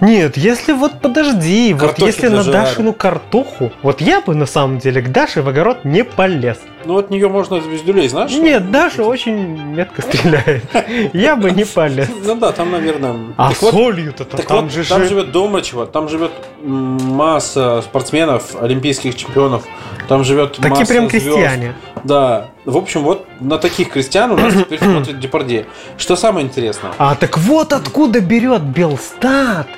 Speaker 3: Нет, если вот подожди, вот
Speaker 2: Картохи
Speaker 3: если
Speaker 2: для
Speaker 3: на
Speaker 2: Жерара.
Speaker 3: Дашину картоху, вот я бы на самом деле к Даше в огород не полез.
Speaker 2: Ну от нее можно звездюлей, знаешь?
Speaker 3: Нет, Даша очень метко стреляет. Я бы не полез.
Speaker 2: Ну да, там, наверное...
Speaker 3: А
Speaker 2: так вот,
Speaker 3: солью-то
Speaker 2: так
Speaker 3: там
Speaker 2: вот,
Speaker 3: же
Speaker 2: там
Speaker 3: же-
Speaker 2: живет Домрачева, там живет м, масса спортсменов, олимпийских чемпионов, там живет
Speaker 3: Такие
Speaker 2: масса
Speaker 3: прям
Speaker 2: звезд.
Speaker 3: крестьяне.
Speaker 2: Да. В общем, вот на таких крестьян у нас теперь смотрит Депардье. Что самое интересное?
Speaker 3: А так вот откуда берет Белстат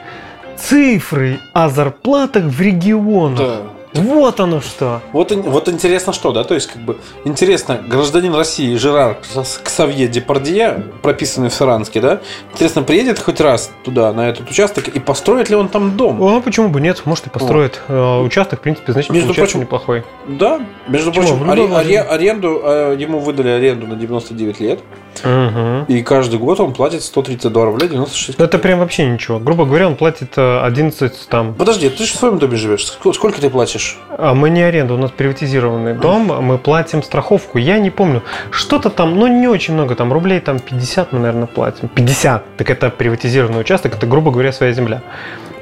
Speaker 3: цифры о зарплатах в регионах.
Speaker 2: Да.
Speaker 3: Вот оно что.
Speaker 2: Вот, ин- вот интересно что, да? То есть, как бы, интересно, гражданин России Жерар Кс- Ксавье Депардье, прописанный в Саранске, да? Интересно, приедет хоть раз туда, на этот участок, и построит ли он там дом?
Speaker 3: А почему бы нет? Может и построит. Э, Участок, в принципе, значит,
Speaker 2: Между
Speaker 3: получается
Speaker 2: прочим,
Speaker 3: неплохой.
Speaker 2: Да, между
Speaker 3: Почему?
Speaker 2: прочим,
Speaker 3: Ну,
Speaker 2: аре-
Speaker 3: да,
Speaker 2: аре- аренду, э, ему выдали аренду на 99 лет,
Speaker 3: Мгм.
Speaker 2: и каждый год он платит 132 рубля 96
Speaker 3: Это прям вообще ничего. Грубо говоря, он платит э, 11 там.
Speaker 2: Подожди, ты же в своем доме живешь. Ск- Сколько ты платишь?
Speaker 3: А мы не аренда, у нас приватизированный дом, мы платим страховку. Я не помню, что-то там, ну не очень много, там рублей там 50 мы, наверное, платим. 50, так это приватизированный участок, это, грубо говоря, своя земля.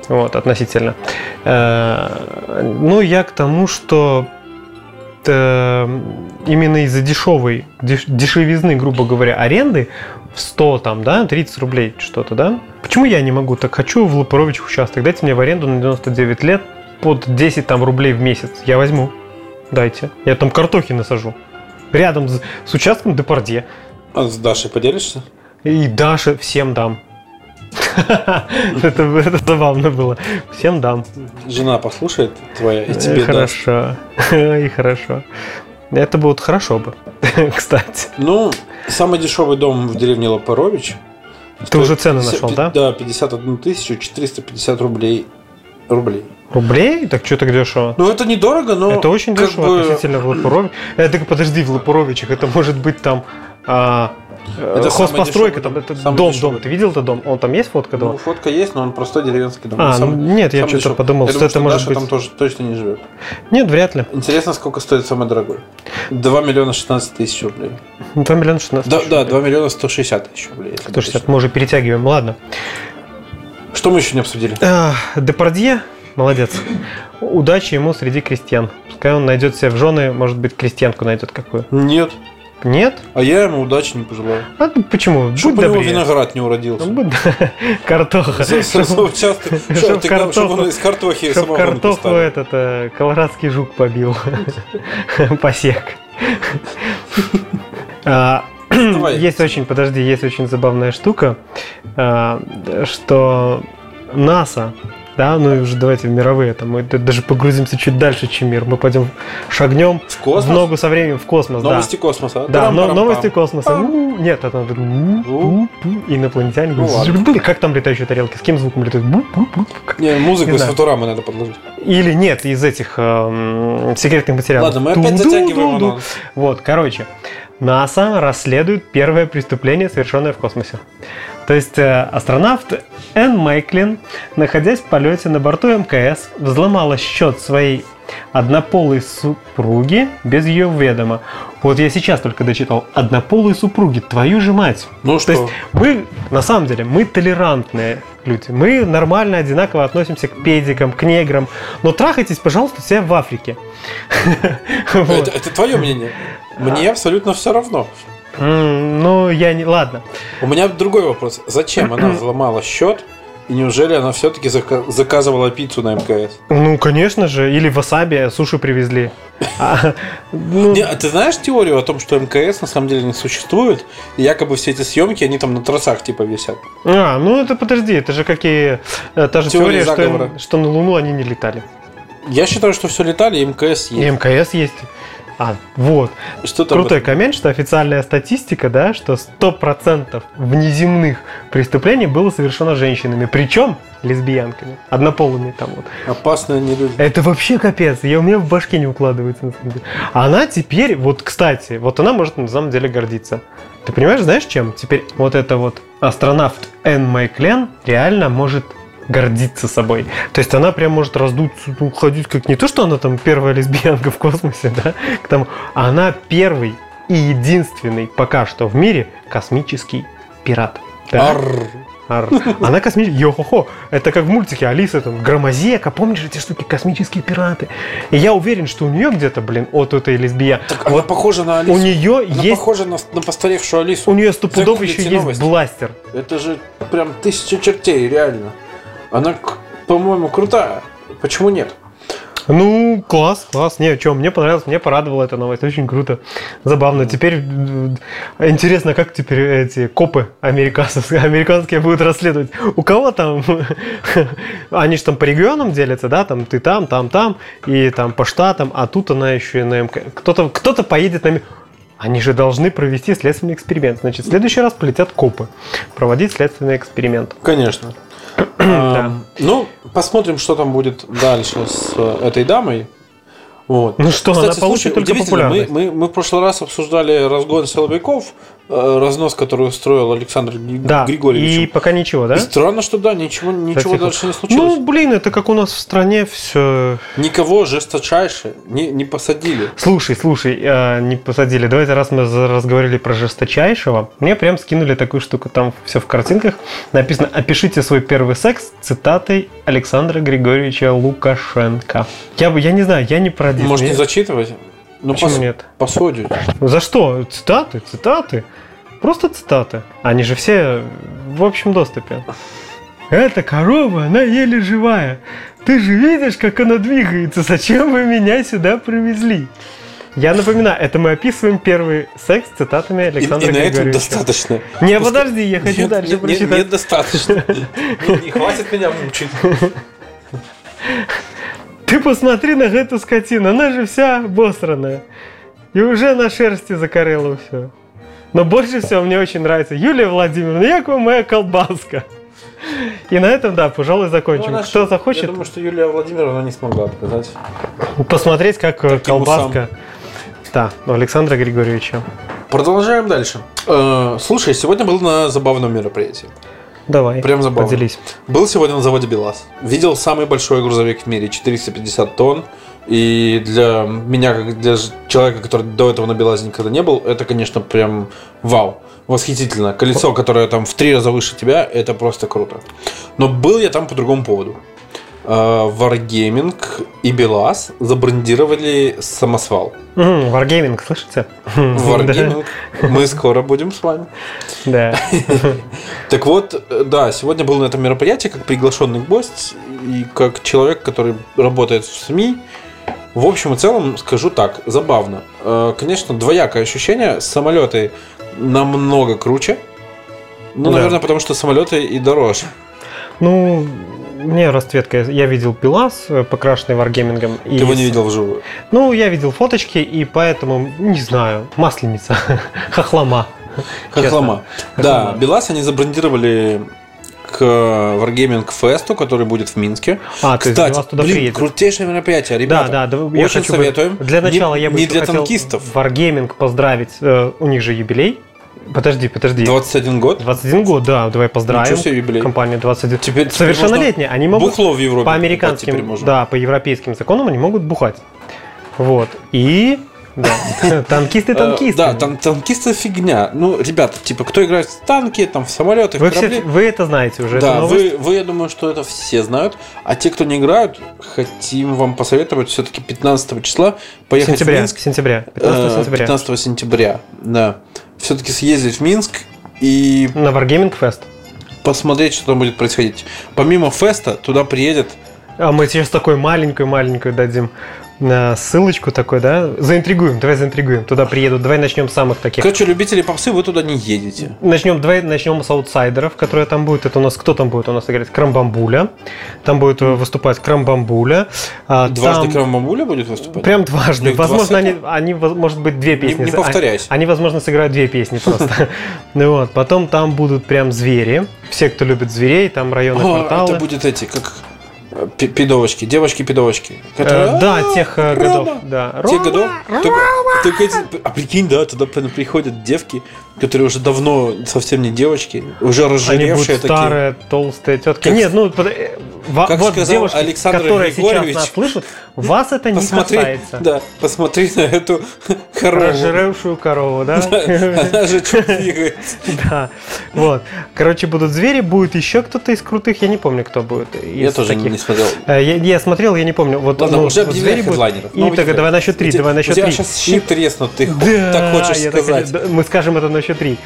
Speaker 3: Вот, относительно. Э, Ну, я к тому, что э, именно из-за дешевой, деш- дешевизны, грубо говоря, аренды в 100, там, да, 30 рублей что-то, да? Почему я не могу? Так хочу в Лопарович участок. Дайте мне в аренду на 99 лет под 10 там рублей в месяц. Я возьму. Дайте. Я там картохи насажу. Рядом с, с участком Депардье.
Speaker 2: А с Дашей поделишься?
Speaker 3: И Даша всем дам. Это, это забавно было. Всем дам.
Speaker 2: Жена послушает твоя и
Speaker 3: И
Speaker 2: тебе даст.
Speaker 3: Э, хорошо. И хорошо. Это будет хорошо бы, кстати.
Speaker 2: Ну, самый дешевый дом в деревне Лопарович.
Speaker 3: Ты уже цены нашел, да?
Speaker 2: Да, 51 450 рублей. Рублей.
Speaker 3: Рублей? Так что так дешево?
Speaker 2: Ну, это недорого, но...
Speaker 3: это очень
Speaker 2: как
Speaker 3: дешево
Speaker 2: бы-
Speaker 3: относительно в Лопуровичах. Э, так подожди, в Лопуровичах это может быть там а, э,
Speaker 2: Это самый
Speaker 3: хозпостройка,
Speaker 2: дешевый
Speaker 3: там
Speaker 2: дом.
Speaker 3: это
Speaker 2: Самый
Speaker 3: дом,
Speaker 2: дешевый.
Speaker 3: дом. Ты видел этот дом? Он там есть фотка
Speaker 2: Ну,
Speaker 3: дома?
Speaker 2: фотка есть, но он простой деревенский дом.
Speaker 3: А,
Speaker 2: Он сам-
Speaker 3: ну, нет, я
Speaker 2: сам
Speaker 3: что-то
Speaker 2: дешевый.
Speaker 3: подумал, что
Speaker 2: думаю,
Speaker 3: это может
Speaker 2: Даша
Speaker 3: быть-
Speaker 2: там тоже точно не живет.
Speaker 3: Нет, вряд ли.
Speaker 2: Интересно, сколько стоит самый дорогой? 2 миллиона 16 тысяч рублей.
Speaker 3: Ну, Там миллион шестнадцать.
Speaker 2: Да, да, 2 миллиона 160 тысяч рублей. если
Speaker 3: 160.
Speaker 2: точно.
Speaker 3: Мы уже перетягиваем. Ладно.
Speaker 2: Что мы еще не обсудили?
Speaker 3: А, Депардье, молодец. Удачи ему среди крестьян. Пускай он найдет себе в жены, может быть, крестьянку найдет какую.
Speaker 2: Нет.
Speaker 3: Нет?
Speaker 2: А я ему удачи не пожелаю.
Speaker 3: А ты почему?
Speaker 2: Чтобы
Speaker 3: Будь
Speaker 2: у него
Speaker 3: добрее.
Speaker 2: виноград не уродился.
Speaker 3: Ну, будь- Картоха.
Speaker 2: С- с- с-
Speaker 3: Чтоб-
Speaker 2: участок.
Speaker 3: чтоб
Speaker 2: Чтоб ты главное, чтобы
Speaker 3: картоху-
Speaker 2: он из картохи
Speaker 3: Чтоб
Speaker 2: самогонку
Speaker 3: картоху
Speaker 2: поставил.
Speaker 3: этот э, колорадский жук побил. Посек. А,
Speaker 2: Давай.
Speaker 3: Есть очень, подожди, есть очень забавная штука, а, что НАСА, да, ну и уже давайте в мировые, там мы д- даже погрузимся чуть дальше, чем мир, мы пойдем шагнем
Speaker 2: В
Speaker 3: в
Speaker 2: космос?
Speaker 3: ногу со временем в космос, да.
Speaker 2: Новости космоса. а?
Speaker 3: Да, но-
Speaker 2: Тарам-парам-пам.
Speaker 3: новости космоса.
Speaker 2: Пам.
Speaker 3: Ну, Нет, это надо ну,
Speaker 2: Ну.
Speaker 3: ну, инопланетяне.
Speaker 2: Ну, ладно.
Speaker 3: Блин, Как там летающие тарелки? С кем звуком летают? Бу, бу, бу, как?
Speaker 2: Не, музыку
Speaker 3: Не
Speaker 2: из
Speaker 3: знаю.
Speaker 2: Футурамы надо подложить.
Speaker 3: Или нет, из этих эм, секретных материалов.
Speaker 2: Ладно, мы опять
Speaker 3: Ду-ду-ду-ду.
Speaker 2: затягиваем анонс.
Speaker 3: Вот, короче, НАСА расследует первое преступление, совершенное в космосе. То есть э, астронавт Энн Майклин, находясь в полете на борту МКС, взломала счет своей однополой супруги без ее ведома. Вот я сейчас только дочитал. Однополой супруги, твою же мать.
Speaker 2: Ну
Speaker 3: То
Speaker 2: что?
Speaker 3: есть мы, на самом деле, мы толерантные люди. Мы нормально, одинаково относимся к педикам, к неграм. Но трахайтесь, пожалуйста, все в Африке. Вот. А.
Speaker 2: Это, это твое мнение. Мне абсолютно все равно.
Speaker 3: М, Ну, я не... Ладно.
Speaker 2: У меня другой вопрос. Зачем она взломала счет? И неужели она все-таки заказывала пиццу на МКС?
Speaker 3: Ну, конечно же. Или васаби, суши привезли. А, ну,
Speaker 2: Не, а ты знаешь теорию о том, что МКС на самом деле не существует? И якобы все эти съемки, они там на тросах типа висят.
Speaker 3: а, ну это подожди, это же какие... э, Та же
Speaker 2: Теория
Speaker 3: теория, что, им-
Speaker 2: заговора.
Speaker 3: что на Луну они не летали.
Speaker 2: Я считаю, что все летали, и МКС
Speaker 3: И
Speaker 2: есть.
Speaker 3: МКС есть. А, вот.
Speaker 2: Что там?
Speaker 3: Крутой коммент, что официальная статистика, да, что 100% внеземных преступлений было совершено женщинами, причем лесбиянками, однополыми там вот.
Speaker 2: Опасные не люди.
Speaker 3: Это вообще капец, я, у меня в башке не укладывается на самом деле. А Она теперь, вот кстати, вот она может на самом деле гордиться. Ты понимаешь, знаешь чем? Теперь вот это вот астронавт Энн Майклен реально может гордиться собой. То есть она прям может раздуться, ну, ходить как не то, что она там первая лесбиянка в космосе, да, к тому, а она первый и единственный пока что в мире космический пират. Да.
Speaker 2: Арр.
Speaker 3: Ар. Она космическая. Йо-хо-хо. Это как в мультике Алиса, там, Громозека. Помнишь эти штуки? Космические пираты. И я уверен, что у нее где-то, блин, от этой лесбия.
Speaker 2: Так она похожа на Алису.
Speaker 3: У нее
Speaker 2: Она
Speaker 3: есть...
Speaker 2: похожа на, на постаревшую Алису.
Speaker 3: У нее стопудов
Speaker 2: Загуглите
Speaker 3: еще есть
Speaker 2: новость.
Speaker 3: бластер.
Speaker 2: Это же прям тысяча чертей, реально. Она, к- по-моему, крутая. Почему нет?
Speaker 3: Ну, класс, класс. Не, что, мне понравилось, мне порадовала эта новость. Очень круто. Забавно. Теперь э, интересно, как теперь эти копы американские, американские будут расследовать. У кого там? Они же там по регионам делятся, да? Там ты там, там, там. И там по штатам. А тут она еще и на МК. Кто-то кто поедет на... Ми- Они же должны провести следственный эксперимент. Значит, в следующий раз полетят копы проводить следственный эксперимент.
Speaker 2: Конечно.
Speaker 3: Да.
Speaker 2: Эм, Ну, посмотрим, что там будет дальше с э, этой дамой. Вот.
Speaker 3: Ну что, она получит только
Speaker 2: удивительно, мы,
Speaker 3: популярность.
Speaker 2: мы, мы в прошлый раз обсуждали разгон силовиков, э, разнос, который устроил Александр Гри-
Speaker 3: Да,
Speaker 2: Григорьевич.
Speaker 3: и пока ничего, да?
Speaker 2: И странно, что да, ничего, ничего
Speaker 3: Кстати,
Speaker 2: дальше не случилось.
Speaker 3: Ну, блин, это как у нас в стране все...
Speaker 2: Никого жесточайше не, не посадили.
Speaker 3: Слушай, слушай, э, не посадили. Давайте, раз мы за- разговорили про жесточайшего, мне прям скинули такую штуку, там все в картинках. Написано «Опишите свой первый секс» цитатой Александра Григорьевича Лукашенко. Я, бы- я не знаю, я не про Дисней.
Speaker 2: Может, не зачитывать? Ну,
Speaker 3: Почему
Speaker 2: пос-
Speaker 3: нет?
Speaker 2: посудить.
Speaker 3: За что? Цитаты, цитаты. Просто цитаты. Они же все в общем доступе. Эта корова, она еле живая. Ты же видишь, как она двигается. Зачем вы меня сюда привезли? Я напоминаю, это мы описываем первый секс с цитатами
Speaker 2: И, и на
Speaker 3: Александра
Speaker 2: этом
Speaker 3: Григорьевича.
Speaker 2: достаточно.
Speaker 3: Не,
Speaker 2: Пускай-
Speaker 3: подожди, я хочу
Speaker 2: Нет,
Speaker 3: дальше
Speaker 2: нет, нет,
Speaker 3: прочитать.
Speaker 2: нет, достаточно. Не не хватит меня мучить.
Speaker 3: Ты посмотри на эту скотину, она же вся босраная. И уже на шерсти закорела все. Но больше всего мне очень нравится Юлия Владимировна, як вам моя колбаска. И на этом, да, пожалуй, закончим.
Speaker 2: Ну, она
Speaker 3: Кто
Speaker 2: ж-
Speaker 3: захочет
Speaker 2: Я думаю, что Юлия Владимировна не смогла отказать.
Speaker 3: посмотреть, как э, колбаска. Да, у Александра Григорьевича.
Speaker 2: Продолжаем дальше. Э, Слушай, сегодня был на забавном мероприятии.
Speaker 3: Давай.
Speaker 2: Прям забавно.
Speaker 3: Поделись.
Speaker 2: Был сегодня на заводе БелАЗ. Видел самый большой грузовик в мире, 450 тонн. И для меня, как для ж- человека, который до этого на БелАЗе никогда не был, это, конечно, прям вау. Восхитительно. Колесо, которое там в три раза выше тебя, это просто круто. Но был я там по другому поводу. Э, Wargaming и БелАЗ забрендировали самосвал.
Speaker 3: М, Wargaming, слышите?
Speaker 2: Wargaming. Мы скоро будем с вами.
Speaker 3: Да.
Speaker 2: Так вот, э, да, сегодня был на этом мероприятии как приглашенный гость и как человек, который работает в СМИ. В общем и целом, скажу так, забавно. Э, Конечно, двоякое ощущение. Самолеты намного круче. Ну,
Speaker 3: Да.
Speaker 2: наверное, потому что самолеты и дороже.
Speaker 3: Ну, мне расцветка. Я видел пилас, э, покрашенный варгеймингом.
Speaker 2: Ты его не видел вживую.
Speaker 3: Ну, я видел фоточки, и поэтому, не знаю, масленица, хохлома.
Speaker 2: Хохлома. Да,
Speaker 3: Хохлома.
Speaker 2: Белас они забрендировали к Wargaming Фесту, который будет в Минске.
Speaker 3: А, то есть
Speaker 2: Кстати,
Speaker 3: Белас туда
Speaker 2: блин,
Speaker 3: приедет.
Speaker 2: крутейшее мероприятие,
Speaker 3: Да,
Speaker 2: ребята.
Speaker 3: да, да, я
Speaker 2: Очень
Speaker 3: хочу бы-
Speaker 2: советуем.
Speaker 3: Для
Speaker 2: Не-
Speaker 3: начала я бы
Speaker 2: Не
Speaker 3: еще
Speaker 2: для
Speaker 3: хотел
Speaker 2: танкистов.
Speaker 3: Wargaming поздравить. Э, у них же юбилей. Подожди, подожди.
Speaker 2: 21 год.
Speaker 3: 21 год, да, давай поздравим.
Speaker 2: Ничего себе юбилей.
Speaker 3: Компания 21.
Speaker 2: Теперь- теперь
Speaker 3: Совершеннолетние,
Speaker 2: можно
Speaker 3: они могут
Speaker 2: бухло в Европе
Speaker 3: по
Speaker 2: покупать теперь
Speaker 3: американским,
Speaker 2: можно.
Speaker 3: да, по европейским законам они могут бухать. Вот. И да, танкисты
Speaker 2: Э,
Speaker 3: танкисты.
Speaker 2: Да, тан- танкисты фигня. Ну, ребята, типа, кто играет в танки, там, в самолеты,
Speaker 3: Вы
Speaker 2: в
Speaker 3: все,
Speaker 2: корабли.
Speaker 3: вы это знаете уже.
Speaker 2: Да,
Speaker 3: это новость.
Speaker 2: вы, вы, я думаю, что это все знают. А те, кто не играют, хотим вам посоветовать все-таки 15 числа поехать в
Speaker 3: сентября,
Speaker 2: Минск.
Speaker 3: сентября, 15
Speaker 2: э,
Speaker 3: сентября.
Speaker 2: 15 сентября, да. Все-таки съездить в Минск и
Speaker 3: На Wargaming Fest.
Speaker 2: посмотреть, что там будет происходить. Помимо феста, туда приедет
Speaker 3: А мы сейчас такой маленькую-маленькую дадим э, ссылочку такой, да? Заинтригуем, давай заинтригуем. Туда приедут, давай начнем с самых таких.
Speaker 2: Короче, любители попсы, вы туда не едете.
Speaker 3: Начнем, давай начнем с аутсайдеров, которые там будут. Это у нас кто там будет? У нас играет Крамбамбуля. Там будет э, выступать Крамбамбуля. А,
Speaker 2: Дважды
Speaker 3: там-
Speaker 2: Крамамуля будет выступать?
Speaker 3: Прям дважды.
Speaker 2: Их два
Speaker 3: возможно, они,
Speaker 2: сета?
Speaker 3: они, воз- может быть, две песни.
Speaker 2: не
Speaker 3: с- а-
Speaker 2: повторяйся.
Speaker 3: Они, возможно, сыграют две песни просто. Ну вот, потом там будут прям звери. Все, кто любит зверей, там районы
Speaker 2: О, это
Speaker 3: кварталы.
Speaker 2: будет эти, как э, пи- пидовочки, девочки-пидовочки.
Speaker 3: Э,
Speaker 2: которые-
Speaker 3: Да, тех э,
Speaker 2: Рома!
Speaker 3: годов. Да.
Speaker 2: Тех
Speaker 3: Рома!
Speaker 2: годов. Только- только эти- а прикинь, да, туда при- приходят девки, которые уже давно совсем не девочки, уже
Speaker 3: Они будут
Speaker 2: разжиревшие такие.
Speaker 3: старые, толстые тетки.
Speaker 2: Как-
Speaker 3: Нет, ну, под- э, во-
Speaker 2: как
Speaker 3: вот
Speaker 2: сказал
Speaker 3: девушки,
Speaker 2: Александр
Speaker 3: которые сейчас
Speaker 2: Григорьевич,
Speaker 3: нас слышат, вас это не
Speaker 2: Посмотри,
Speaker 3: касается.
Speaker 2: да, посмотри на эту корову.
Speaker 3: Разжиревшую корову, да?
Speaker 2: Она же чуть двигается.
Speaker 3: Да. Вот. Короче, будут звери, будет еще кто-то из крутых, я не помню, кто будет.
Speaker 2: Я
Speaker 3: из
Speaker 2: тоже не
Speaker 3: таких.
Speaker 2: смотрел.
Speaker 3: Э, Я, я смотрел, я не помню. Вот,
Speaker 2: Ладно,
Speaker 3: ну,
Speaker 2: уже
Speaker 3: вот
Speaker 2: объявляй
Speaker 3: звери будут.
Speaker 2: хедлайнеров. Ну,
Speaker 3: И
Speaker 2: Новый
Speaker 3: так,
Speaker 2: хедлайнер.
Speaker 3: давай на счет три,
Speaker 2: У тебя-
Speaker 3: давай на счет
Speaker 2: У тебя
Speaker 3: три.
Speaker 2: сейчас щит треснут, ты
Speaker 3: Да,
Speaker 2: так хочешь
Speaker 3: я так
Speaker 2: сказать.
Speaker 3: хочу. Да, мы скажем это на счет три.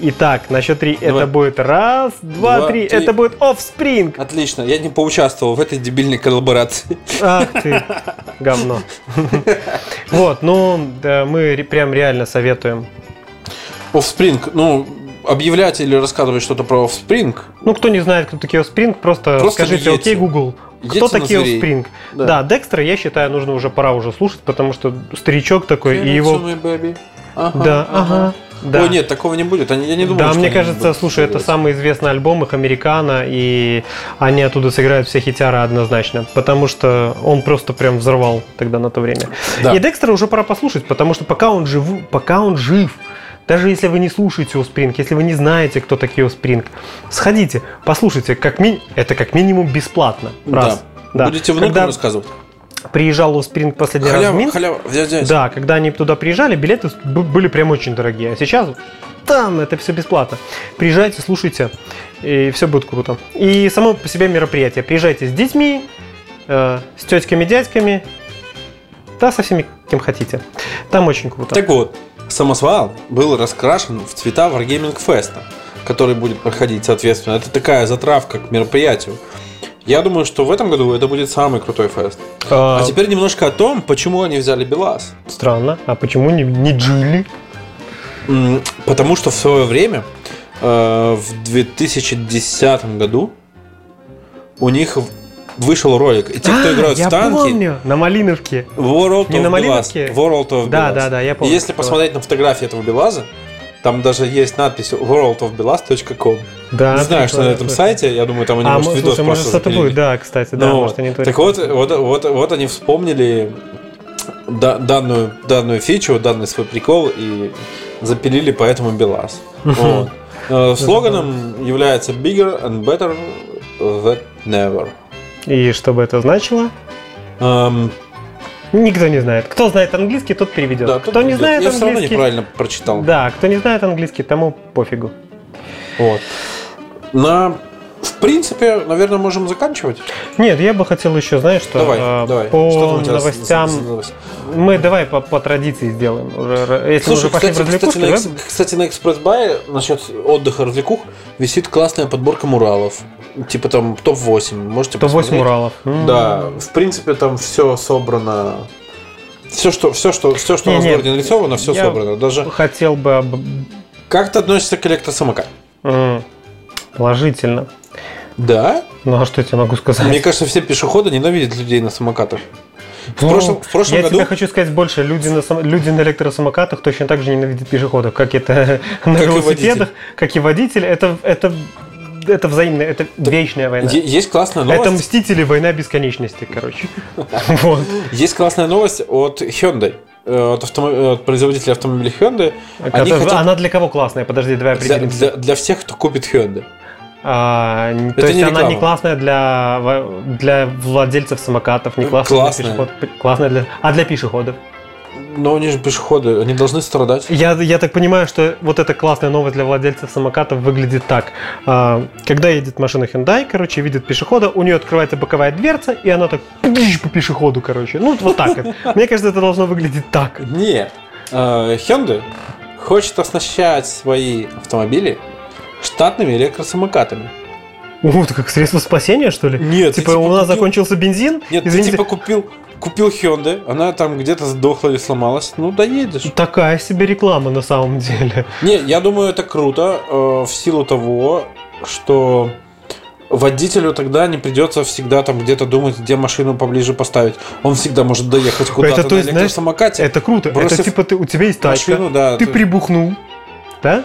Speaker 3: Итак, на счет три
Speaker 2: Давай.
Speaker 3: это будет раз, два,
Speaker 2: Два,
Speaker 3: три.
Speaker 2: три.
Speaker 3: Это будет офспринг.
Speaker 2: Отлично, я не поучаствовал в этой дебильной коллаборации.
Speaker 3: Ах ты, говно. Вот, ну, да, мы ре- прям реально советуем.
Speaker 2: Offspring, ну, объявлять или рассказывать что-то про Offspring,
Speaker 3: Ну, кто не знает, кто такие Offspring, просто,
Speaker 2: Просто
Speaker 3: скажите,
Speaker 2: едьте.
Speaker 3: окей, Google,
Speaker 2: Едьте
Speaker 3: кто
Speaker 2: на
Speaker 3: такие
Speaker 2: зверей».
Speaker 3: Offspring?
Speaker 2: Да.
Speaker 3: Да. Декстра, я считаю, нужно уже пора уже слушать, потому что старичок такой и
Speaker 2: Parents
Speaker 3: его...
Speaker 2: Only Э, Baby. Ага,
Speaker 3: Да, ага. Да.
Speaker 2: Ой, нет, такого не будет. Они- Я не думаю,
Speaker 3: да,
Speaker 2: что
Speaker 3: мне
Speaker 2: они
Speaker 3: кажется,
Speaker 2: будут
Speaker 3: слушай, это
Speaker 2: играть.
Speaker 3: самый известный альбом их Американо, и они оттуда сыграют все хитяры однозначно, потому что он просто прям взорвал тогда на то время.
Speaker 2: Да.
Speaker 3: И Декстера уже пора послушать, потому что пока он жив, пока он жив, даже если вы не слушаете Оспринг, если вы не знаете, кто такие Оспринг, сходите, послушайте, как ми... это как минимум бесплатно. Раз. Да.
Speaker 2: Будете внукам
Speaker 3: Когда
Speaker 2: рассказывать.
Speaker 3: приезжал Оспринг последний раз в
Speaker 2: Халява,
Speaker 3: Минск,
Speaker 2: халява, взять, взять.
Speaker 3: да, когда они туда приезжали, билеты б- были прям очень дорогие. А сейчас там это все бесплатно. Приезжайте, слушайте, и все будет круто. И само по себе мероприятие. Приезжайте с детьми, э, с тетками, дядьками, да, со всеми, кем хотите. Там очень круто.
Speaker 2: Так вот, самосвал был раскрашен в цвета Wargaming Fest, который будет проходить, соответственно. Это такая затравка к мероприятию. Я думаю, что в этом году это будет самый крутой фест.
Speaker 3: Э,
Speaker 2: А теперь немножко о том, почему они взяли Белас.
Speaker 3: Странно, а почему не, не Джили?
Speaker 2: М, Потому что в свое время, э, в 2010 году, у них в- вышел ролик. И те, кто играют
Speaker 3: А, я
Speaker 2: в танки,
Speaker 3: помню, на Малиновке.
Speaker 2: World
Speaker 3: Не
Speaker 2: of
Speaker 3: на
Speaker 2: Белаз.
Speaker 3: Малиновке?
Speaker 2: World of
Speaker 3: Да,
Speaker 2: Белаз.
Speaker 3: да, да, я помню.
Speaker 2: Если
Speaker 3: такое.
Speaker 2: посмотреть на фотографии этого Белаза, там даже есть надпись worldofbelaz.com.
Speaker 3: Да,
Speaker 2: Не знаю, что на
Speaker 3: прикольно,
Speaker 2: этом
Speaker 3: слушай.
Speaker 2: сайте, я думаю, там они,
Speaker 3: А,
Speaker 2: может,
Speaker 3: может,
Speaker 2: видос
Speaker 3: слушай, может,
Speaker 2: просто
Speaker 3: что-то
Speaker 2: запилили.
Speaker 3: будет, да, кстати, да,
Speaker 2: Ну,
Speaker 3: может, они точно.
Speaker 2: Так вот, вот, вот, вот они вспомнили э, да- данную, данную фичу, данный свой прикол и запилили поэтому Белас. Вот.
Speaker 3: Ну,
Speaker 2: Э, Слоганом является Bigger and Better Than Never.
Speaker 3: И что бы это значило?
Speaker 2: Эм,
Speaker 3: Никто не знает. Кто знает английский, тот переведет.
Speaker 2: да,
Speaker 3: кто
Speaker 2: тут
Speaker 3: не
Speaker 2: идет.
Speaker 3: знает
Speaker 2: Я все равно
Speaker 3: английский,
Speaker 2: неправильно прочитал.
Speaker 3: да, кто не знает английский, тому пофигу.
Speaker 2: Вот. На, в принципе, наверное, можем заканчивать.
Speaker 3: Нет, я бы хотел еще, знаешь, что
Speaker 2: давай,
Speaker 3: э,
Speaker 2: давай.
Speaker 3: по
Speaker 2: Что там у тебя с-
Speaker 3: новостям
Speaker 2: с- с новостями?
Speaker 3: мы давай по, по традиции сделаем. Уже, р- Если
Speaker 2: Слушай,
Speaker 3: мы уже пошли
Speaker 2: кстати,
Speaker 3: в
Speaker 2: кстати,
Speaker 3: развлекушки,
Speaker 2: на, экс-
Speaker 3: давай-
Speaker 2: кстати, на экспресс-бае насчет отдыха развлекух висит классная подборка муралов. Типа там топ-8. Можете
Speaker 3: то 8
Speaker 2: посмотреть.
Speaker 3: муралов. М.
Speaker 2: Да, в принципе, там все собрано. Все, что, все, что, все, что у нас в
Speaker 3: Не-не,
Speaker 2: городе нарисовано, все
Speaker 3: я-
Speaker 2: собрано. Даже
Speaker 3: Хотел бы об-
Speaker 2: как ты относишься к электросамокату?
Speaker 3: м, положительно.
Speaker 2: Да.
Speaker 3: Ну а что я тебе могу сказать?
Speaker 2: Мне кажется, все пешеходы ненавидят людей на самокатах. В
Speaker 3: Ну,
Speaker 2: прошлом, в прошлом
Speaker 3: я
Speaker 2: году.
Speaker 3: тебе хочу сказать больше. Люди на, сам- люди на электросамокатах точно так же ненавидят пешеходов, как это на
Speaker 2: Как и
Speaker 3: велосипедах,
Speaker 2: водитель.
Speaker 3: как и водитель. Это, это, это взаимная, это вечная война.
Speaker 2: Е- ну, Есть классная новость.
Speaker 3: Это «Мстители. Война бесконечности», короче. Вот.
Speaker 2: Есть классная новость от Hyundai, э, от, автомо- от производителя автомобилей Hyundai. Они
Speaker 3: Это-
Speaker 2: хотят-
Speaker 3: Она для кого классная? Подожди, давай
Speaker 2: для,
Speaker 3: определимся.
Speaker 2: для- для всех, кто купит Hyundai.
Speaker 3: А, н- То
Speaker 2: Это
Speaker 3: есть
Speaker 2: не
Speaker 3: она не
Speaker 2: реклама.
Speaker 3: классная для во- для владельцев самокатов, не классная для
Speaker 2: Ну, Классная.
Speaker 3: пешеходов. Классная для... А для пешеходов?
Speaker 2: Но они же пешеходы, они должны страдать.
Speaker 3: Я, я так понимаю, что вот эта классная новость для владельцев самокатов выглядит так. А, Когда едет машина Hyundai, короче, видит пешехода, у нее открывается боковая дверца, и она так пш, по пешеходу, короче. Ну, вот так. вот. Мне кажется, это должно выглядеть так.
Speaker 2: Нет. Э, Hyundai хочет оснащать свои автомобили штатными электросамокатами.
Speaker 3: Ух, это как средство спасения, что ли?
Speaker 2: Нет, ты
Speaker 3: Типа,
Speaker 2: типа
Speaker 3: у нас
Speaker 2: купил-
Speaker 3: закончился бензин,
Speaker 2: Нет,
Speaker 3: извините,
Speaker 2: ты типа купил, купил Hyundai, она там где-то сдохла или сломалась. Ну, доедешь.
Speaker 3: такая себе реклама на самом деле.
Speaker 2: Не, я думаю, это круто э, в силу того, что водителю тогда не придется всегда там где-то думать, где машину поближе поставить. Он всегда может доехать куда-то
Speaker 3: то есть,
Speaker 2: на
Speaker 3: знаешь,
Speaker 2: электросамокате.
Speaker 3: Это круто. Это
Speaker 2: Бросив
Speaker 3: типа ты, у тебя есть тачка,
Speaker 2: машину, да.
Speaker 3: ты
Speaker 2: то-
Speaker 3: прибухнул, да?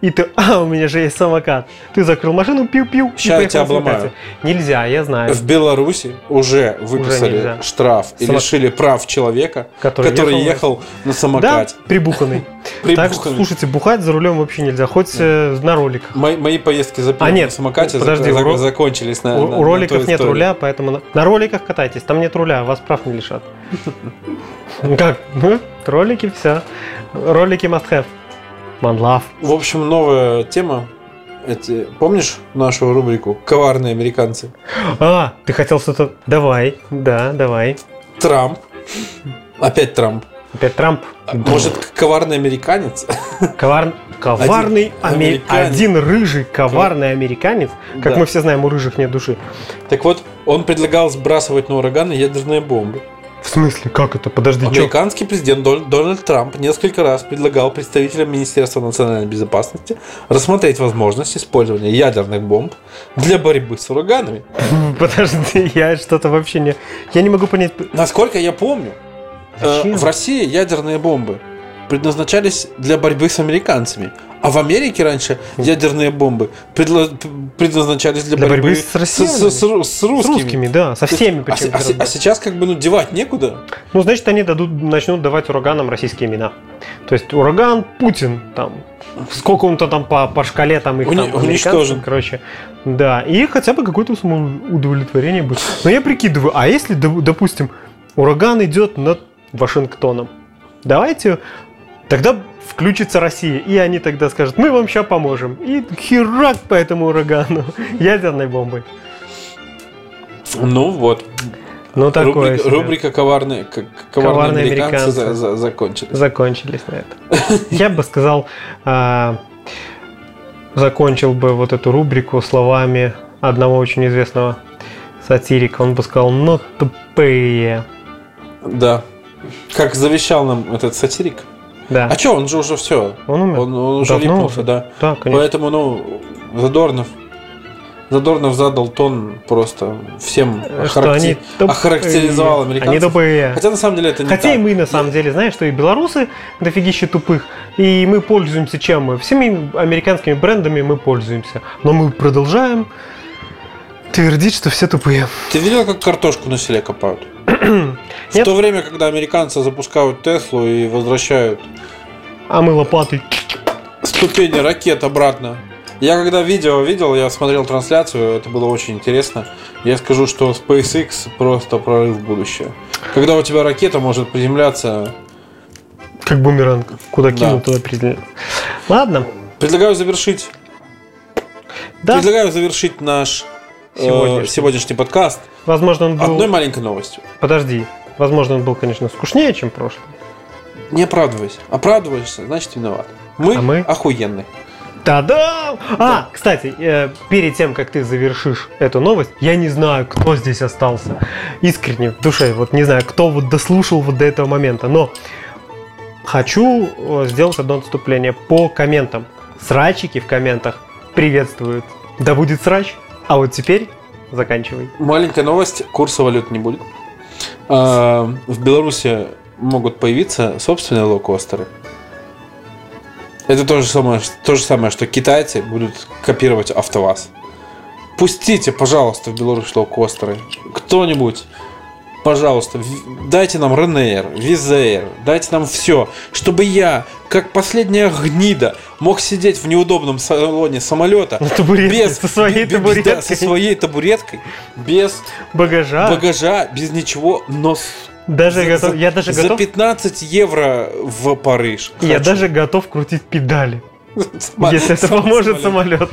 Speaker 3: И ты, а, у меня же есть самокат. Ты закрыл машину, пиу-пиу. и
Speaker 2: Ща я
Speaker 3: поехал
Speaker 2: тебя
Speaker 3: на самокате.
Speaker 2: обломаю.
Speaker 3: Нельзя, я знаю.
Speaker 2: В Беларуси уже выписали
Speaker 3: нельзя.
Speaker 2: штраф и
Speaker 3: Само-
Speaker 2: лишили прав человека,
Speaker 3: Который,
Speaker 2: который, ехал на
Speaker 3: Да,
Speaker 2: самокате.
Speaker 3: прибуханный. Так что,
Speaker 2: Прибуханный.
Speaker 3: слушайте, бухать за рулем вообще нельзя, хоть э, на роликах.
Speaker 2: Мои, мои поездки за пивом
Speaker 3: А, нет,
Speaker 2: на самокате
Speaker 3: подожди,
Speaker 2: зак-
Speaker 3: у ро-
Speaker 2: закончились на,
Speaker 3: У
Speaker 2: на-
Speaker 3: у
Speaker 2: на
Speaker 3: роликов
Speaker 2: той
Speaker 3: нет
Speaker 2: истории.
Speaker 3: руля, поэтому на- на роликах катайтесь, там нет руля, вас прав не лишат. Ну Как? Ну, Ролики, все. Ролики must have. Man love.
Speaker 2: В общем, новая тема. Эти, помнишь нашу рубрику «Коварные американцы»?
Speaker 3: А, ты хотел что-то... Давай, да, давай.
Speaker 2: Трамп. Опять Трамп.
Speaker 3: Опять Трамп.
Speaker 2: А, Может, коварный американец?
Speaker 3: Ковар... Коварный
Speaker 2: Один
Speaker 3: аме-
Speaker 2: американец.
Speaker 3: один рыжий коварный американец, как
Speaker 2: Да.
Speaker 3: мы все знаем, у рыжих нет души.
Speaker 2: Так вот, он предлагал сбрасывать на ураганы ядерные бомбы.
Speaker 3: В смысле, как это? Подожди, Ну чё?
Speaker 2: Американский президент Дон- Дональд Трамп несколько раз предлагал представителям Министерства национальной безопасности рассмотреть возможность использования ядерных бомб для борьбы с ураганами.
Speaker 3: Подожди, я что-то вообще не... Я не могу понять... п-
Speaker 2: Насколько я помню, э,
Speaker 3: Зачем?
Speaker 2: в России ядерные бомбы предназначались для борьбы с американцами. А в Америке раньше ядерные бомбы предло- предназначались для,
Speaker 3: Хм. Для борьбы с россиянами?
Speaker 2: с- с ру- с
Speaker 3: С
Speaker 2: русскими.
Speaker 3: русскими, да, со
Speaker 2: То есть,
Speaker 3: всеми
Speaker 2: а се-
Speaker 3: причем.
Speaker 2: а се- а сейчас как бы ну девать некуда.
Speaker 3: Ну, значит, они дадут, начнут давать ураганам российские имена. То есть ураган Путин там. Сколько он-то там по, по шкале там их
Speaker 2: Уни-
Speaker 3: там, американцев,
Speaker 2: уничтожен.
Speaker 3: короче. Да, и хотя бы какое-то самоудовлетворение будет. Но я прикидываю, а если, доп- допустим, ураган идет над Вашингтоном, давайте тогда включится Россия, и они тогда скажут, мы вам сейчас поможем. И херак по этому урагану ядерной бомбой.
Speaker 2: Ну вот.
Speaker 3: Ну, такое
Speaker 2: рубрика,
Speaker 3: себе.
Speaker 2: рубрика «Коварные, к- к- коварные
Speaker 3: Коварные
Speaker 2: американцы, за-
Speaker 3: американцы.
Speaker 2: за- закончилась.
Speaker 3: закончились на этом. Я бы сказал, а, закончил бы вот эту рубрику словами одного очень известного сатирика. Он бы сказал, ну тупые.
Speaker 2: Да. Как завещал нам этот сатирик.
Speaker 3: Да,
Speaker 2: А что, он же уже все.
Speaker 3: он умер.
Speaker 2: Он, он уже
Speaker 3: Давно
Speaker 2: липнулся,
Speaker 3: уже?
Speaker 2: да.
Speaker 3: Да, конечно.
Speaker 2: Поэтому, ну, Задорнов. Задорнов задал тон просто всем
Speaker 3: Что
Speaker 2: охаракте-
Speaker 3: они тупые.
Speaker 2: охарактеризовал
Speaker 3: Они
Speaker 2: американцев.
Speaker 3: тупые.
Speaker 2: Хотя на самом деле это не
Speaker 3: Хотя
Speaker 2: так.
Speaker 3: и мы на самом деле, знаешь, что и белорусы дофигища тупых, и мы пользуемся чем мы? Всеми американскими брендами мы пользуемся. Но мы продолжаем твердить, что все тупые.
Speaker 2: Ты видел, как картошку на селе копают? В
Speaker 3: Нет.
Speaker 2: то время, когда американцы запускают Теслу и возвращают
Speaker 3: А мы лопатой
Speaker 2: ступени ракет обратно. Я когда видео видел, я смотрел трансляцию, это было очень интересно. Я скажу, что SpaceX просто прорыв в будущее. Когда у тебя ракета может приземляться...
Speaker 3: Как бумеранг. Куда
Speaker 2: Да.
Speaker 3: кинул, туда приземлил. Ладно.
Speaker 2: Предлагаю завершить.
Speaker 3: Да,
Speaker 2: Предлагаю завершить наш э,
Speaker 3: Сегодняшний. Ну.
Speaker 2: сегодняшний подкаст
Speaker 3: возможно, он был...
Speaker 2: одной маленькой новостью.
Speaker 3: Подожди. Возможно, он был, конечно, скучнее, чем прошлый.
Speaker 2: Не оправдывайся. Оправдываешься, значит виноват. Мы,
Speaker 3: А мы?
Speaker 2: охуенны.
Speaker 3: Та-дам! А, кстати, э, перед тем, как ты завершишь эту новость, я не знаю, кто здесь остался. Искренне, в душе, вот не знаю, кто вот дослушал вот до этого момента, но хочу э, сделать одно отступление по комментам. Срачики в комментах приветствуют. Да будет срач. А вот теперь заканчивай.
Speaker 2: Маленькая новость. Курса валют не будет. Э, в Беларуси могут появиться собственные локостеры. Это то же, самое, то же самое, что китайцы будут копировать АвтоВАЗ. Пустите, пожалуйста, в Беларусь лоукостеры. Кто-нибудь, пожалуйста, в- дайте нам Ренейр, Визейр, дайте нам все, чтобы я, как последняя гнида, мог сидеть в неудобном салоне самолета
Speaker 3: На табуретке,
Speaker 2: без,
Speaker 3: со своей
Speaker 2: б- б- да, со
Speaker 3: табуреткой.
Speaker 2: своей табуреткой, без
Speaker 3: Багажа.
Speaker 2: багажа, без ничего, но с-
Speaker 3: Даже
Speaker 2: за-
Speaker 3: готов,
Speaker 2: за-
Speaker 3: я даже
Speaker 2: за
Speaker 3: готов,
Speaker 2: 15 евро в Париж.
Speaker 3: я
Speaker 2: Хочу.
Speaker 3: даже готов крутить педали,
Speaker 2: Сма-
Speaker 3: если это
Speaker 2: сам
Speaker 3: поможет
Speaker 2: самолет.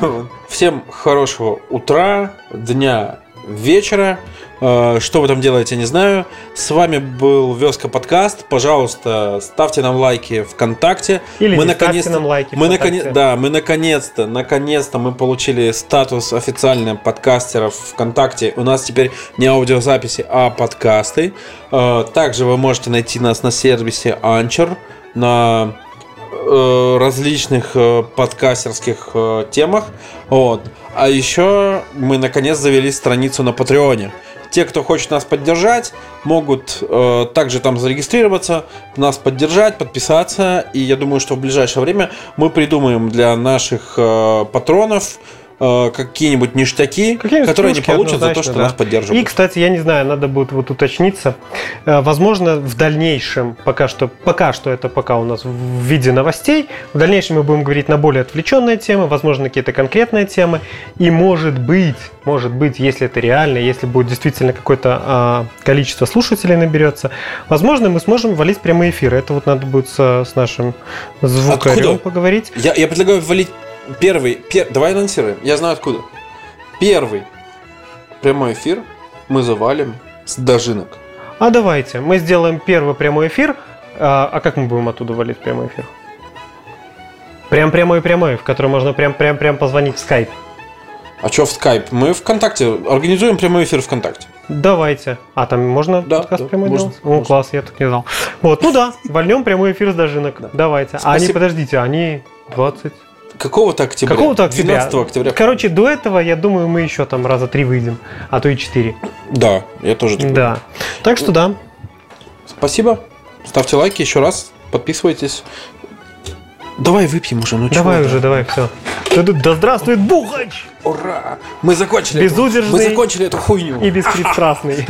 Speaker 3: самолету.
Speaker 2: Всем хорошего утра, дня, вечера. Э, Что вы там делаете, не знаю. С вами был Веска подкаст. Пожалуйста, ставьте нам лайки ВКонтакте.
Speaker 3: Или
Speaker 2: мы
Speaker 3: не ставьте
Speaker 2: наконец-то,
Speaker 3: нам лайки
Speaker 2: мы
Speaker 3: ВКонтакте.
Speaker 2: наконец, да, мы наконец-то, наконец-то мы получили статус официально подкастеров ВКонтакте. У нас теперь не аудиозаписи, а подкасты. Э, Также вы можете найти нас на сервисе Anchor, на э, различных э, подкастерских э, темах. Вот. А еще мы наконец завели страницу на Патреоне. Те, кто хочет нас поддержать, могут э, также там зарегистрироваться, нас поддержать, подписаться. И я думаю, что в ближайшее время мы придумаем для наших э, патронов э, какие-нибудь ништяки,
Speaker 3: Какие-нибудь
Speaker 2: которые они
Speaker 3: плюшки,
Speaker 2: получат за то,
Speaker 3: однозначно,
Speaker 2: что
Speaker 3: да.
Speaker 2: нас
Speaker 3: И,
Speaker 2: поддерживают.
Speaker 3: кстати, я не знаю, надо будет вот уточниться. Э, Возможно, в дальнейшем, пока что, пока что это пока у нас в виде новостей, в дальнейшем мы будем говорить на более отвлеченные темы, возможно, какие-то конкретные темы. И может быть, может быть, если это реально, если будет действительно какое-то а, количество слушателей наберется, возможно, мы сможем валить прямые эфиры. Это вот надо будет со- с нашим звукорем
Speaker 2: Откуда?
Speaker 3: поговорить.
Speaker 2: Я, я предлагаю ввалить первый. пе- Давай анонсируем. Я знаю откуда. Первый прямой эфир мы завалим с дожинок.
Speaker 3: А давайте, мы сделаем первый прямой эфир. А а как мы будем оттуда валить прямой эфир? Прям прямой прямой, в который можно прям прям прям позвонить в скайп.
Speaker 2: А что в скайп? Мы ВКонтакте организуем прямой эфир ВКонтакте.
Speaker 3: Давайте. А там можно
Speaker 2: Да,
Speaker 3: подкаст
Speaker 2: да,
Speaker 3: прямой
Speaker 2: можно,
Speaker 3: делать? О,
Speaker 2: можно.
Speaker 3: класс, я так не знал. Вот, ну да, вольнем прямой эфир с дожинок. Давайте. А они,
Speaker 2: Спасибо.
Speaker 3: подождите, они 20.
Speaker 2: Какого-то октября?
Speaker 3: Какого-то октября.
Speaker 2: 12 октября.
Speaker 3: Короче, до этого, я думаю, мы еще там раза три выйдем, а то и четыре.
Speaker 2: Да, я тоже так
Speaker 3: Да. Так что
Speaker 2: Ну,
Speaker 3: да.
Speaker 2: Спасибо. Ставьте лайки еще раз. Подписывайтесь. Давай выпьем уже, ну чего
Speaker 3: Давай
Speaker 2: ты?
Speaker 3: уже, давай, все. Да здравствует Бухач!
Speaker 2: Ура! Мы закончили. эту-
Speaker 3: Безудержный.
Speaker 2: Мы закончили эту хуйню.
Speaker 3: И беспристрастный.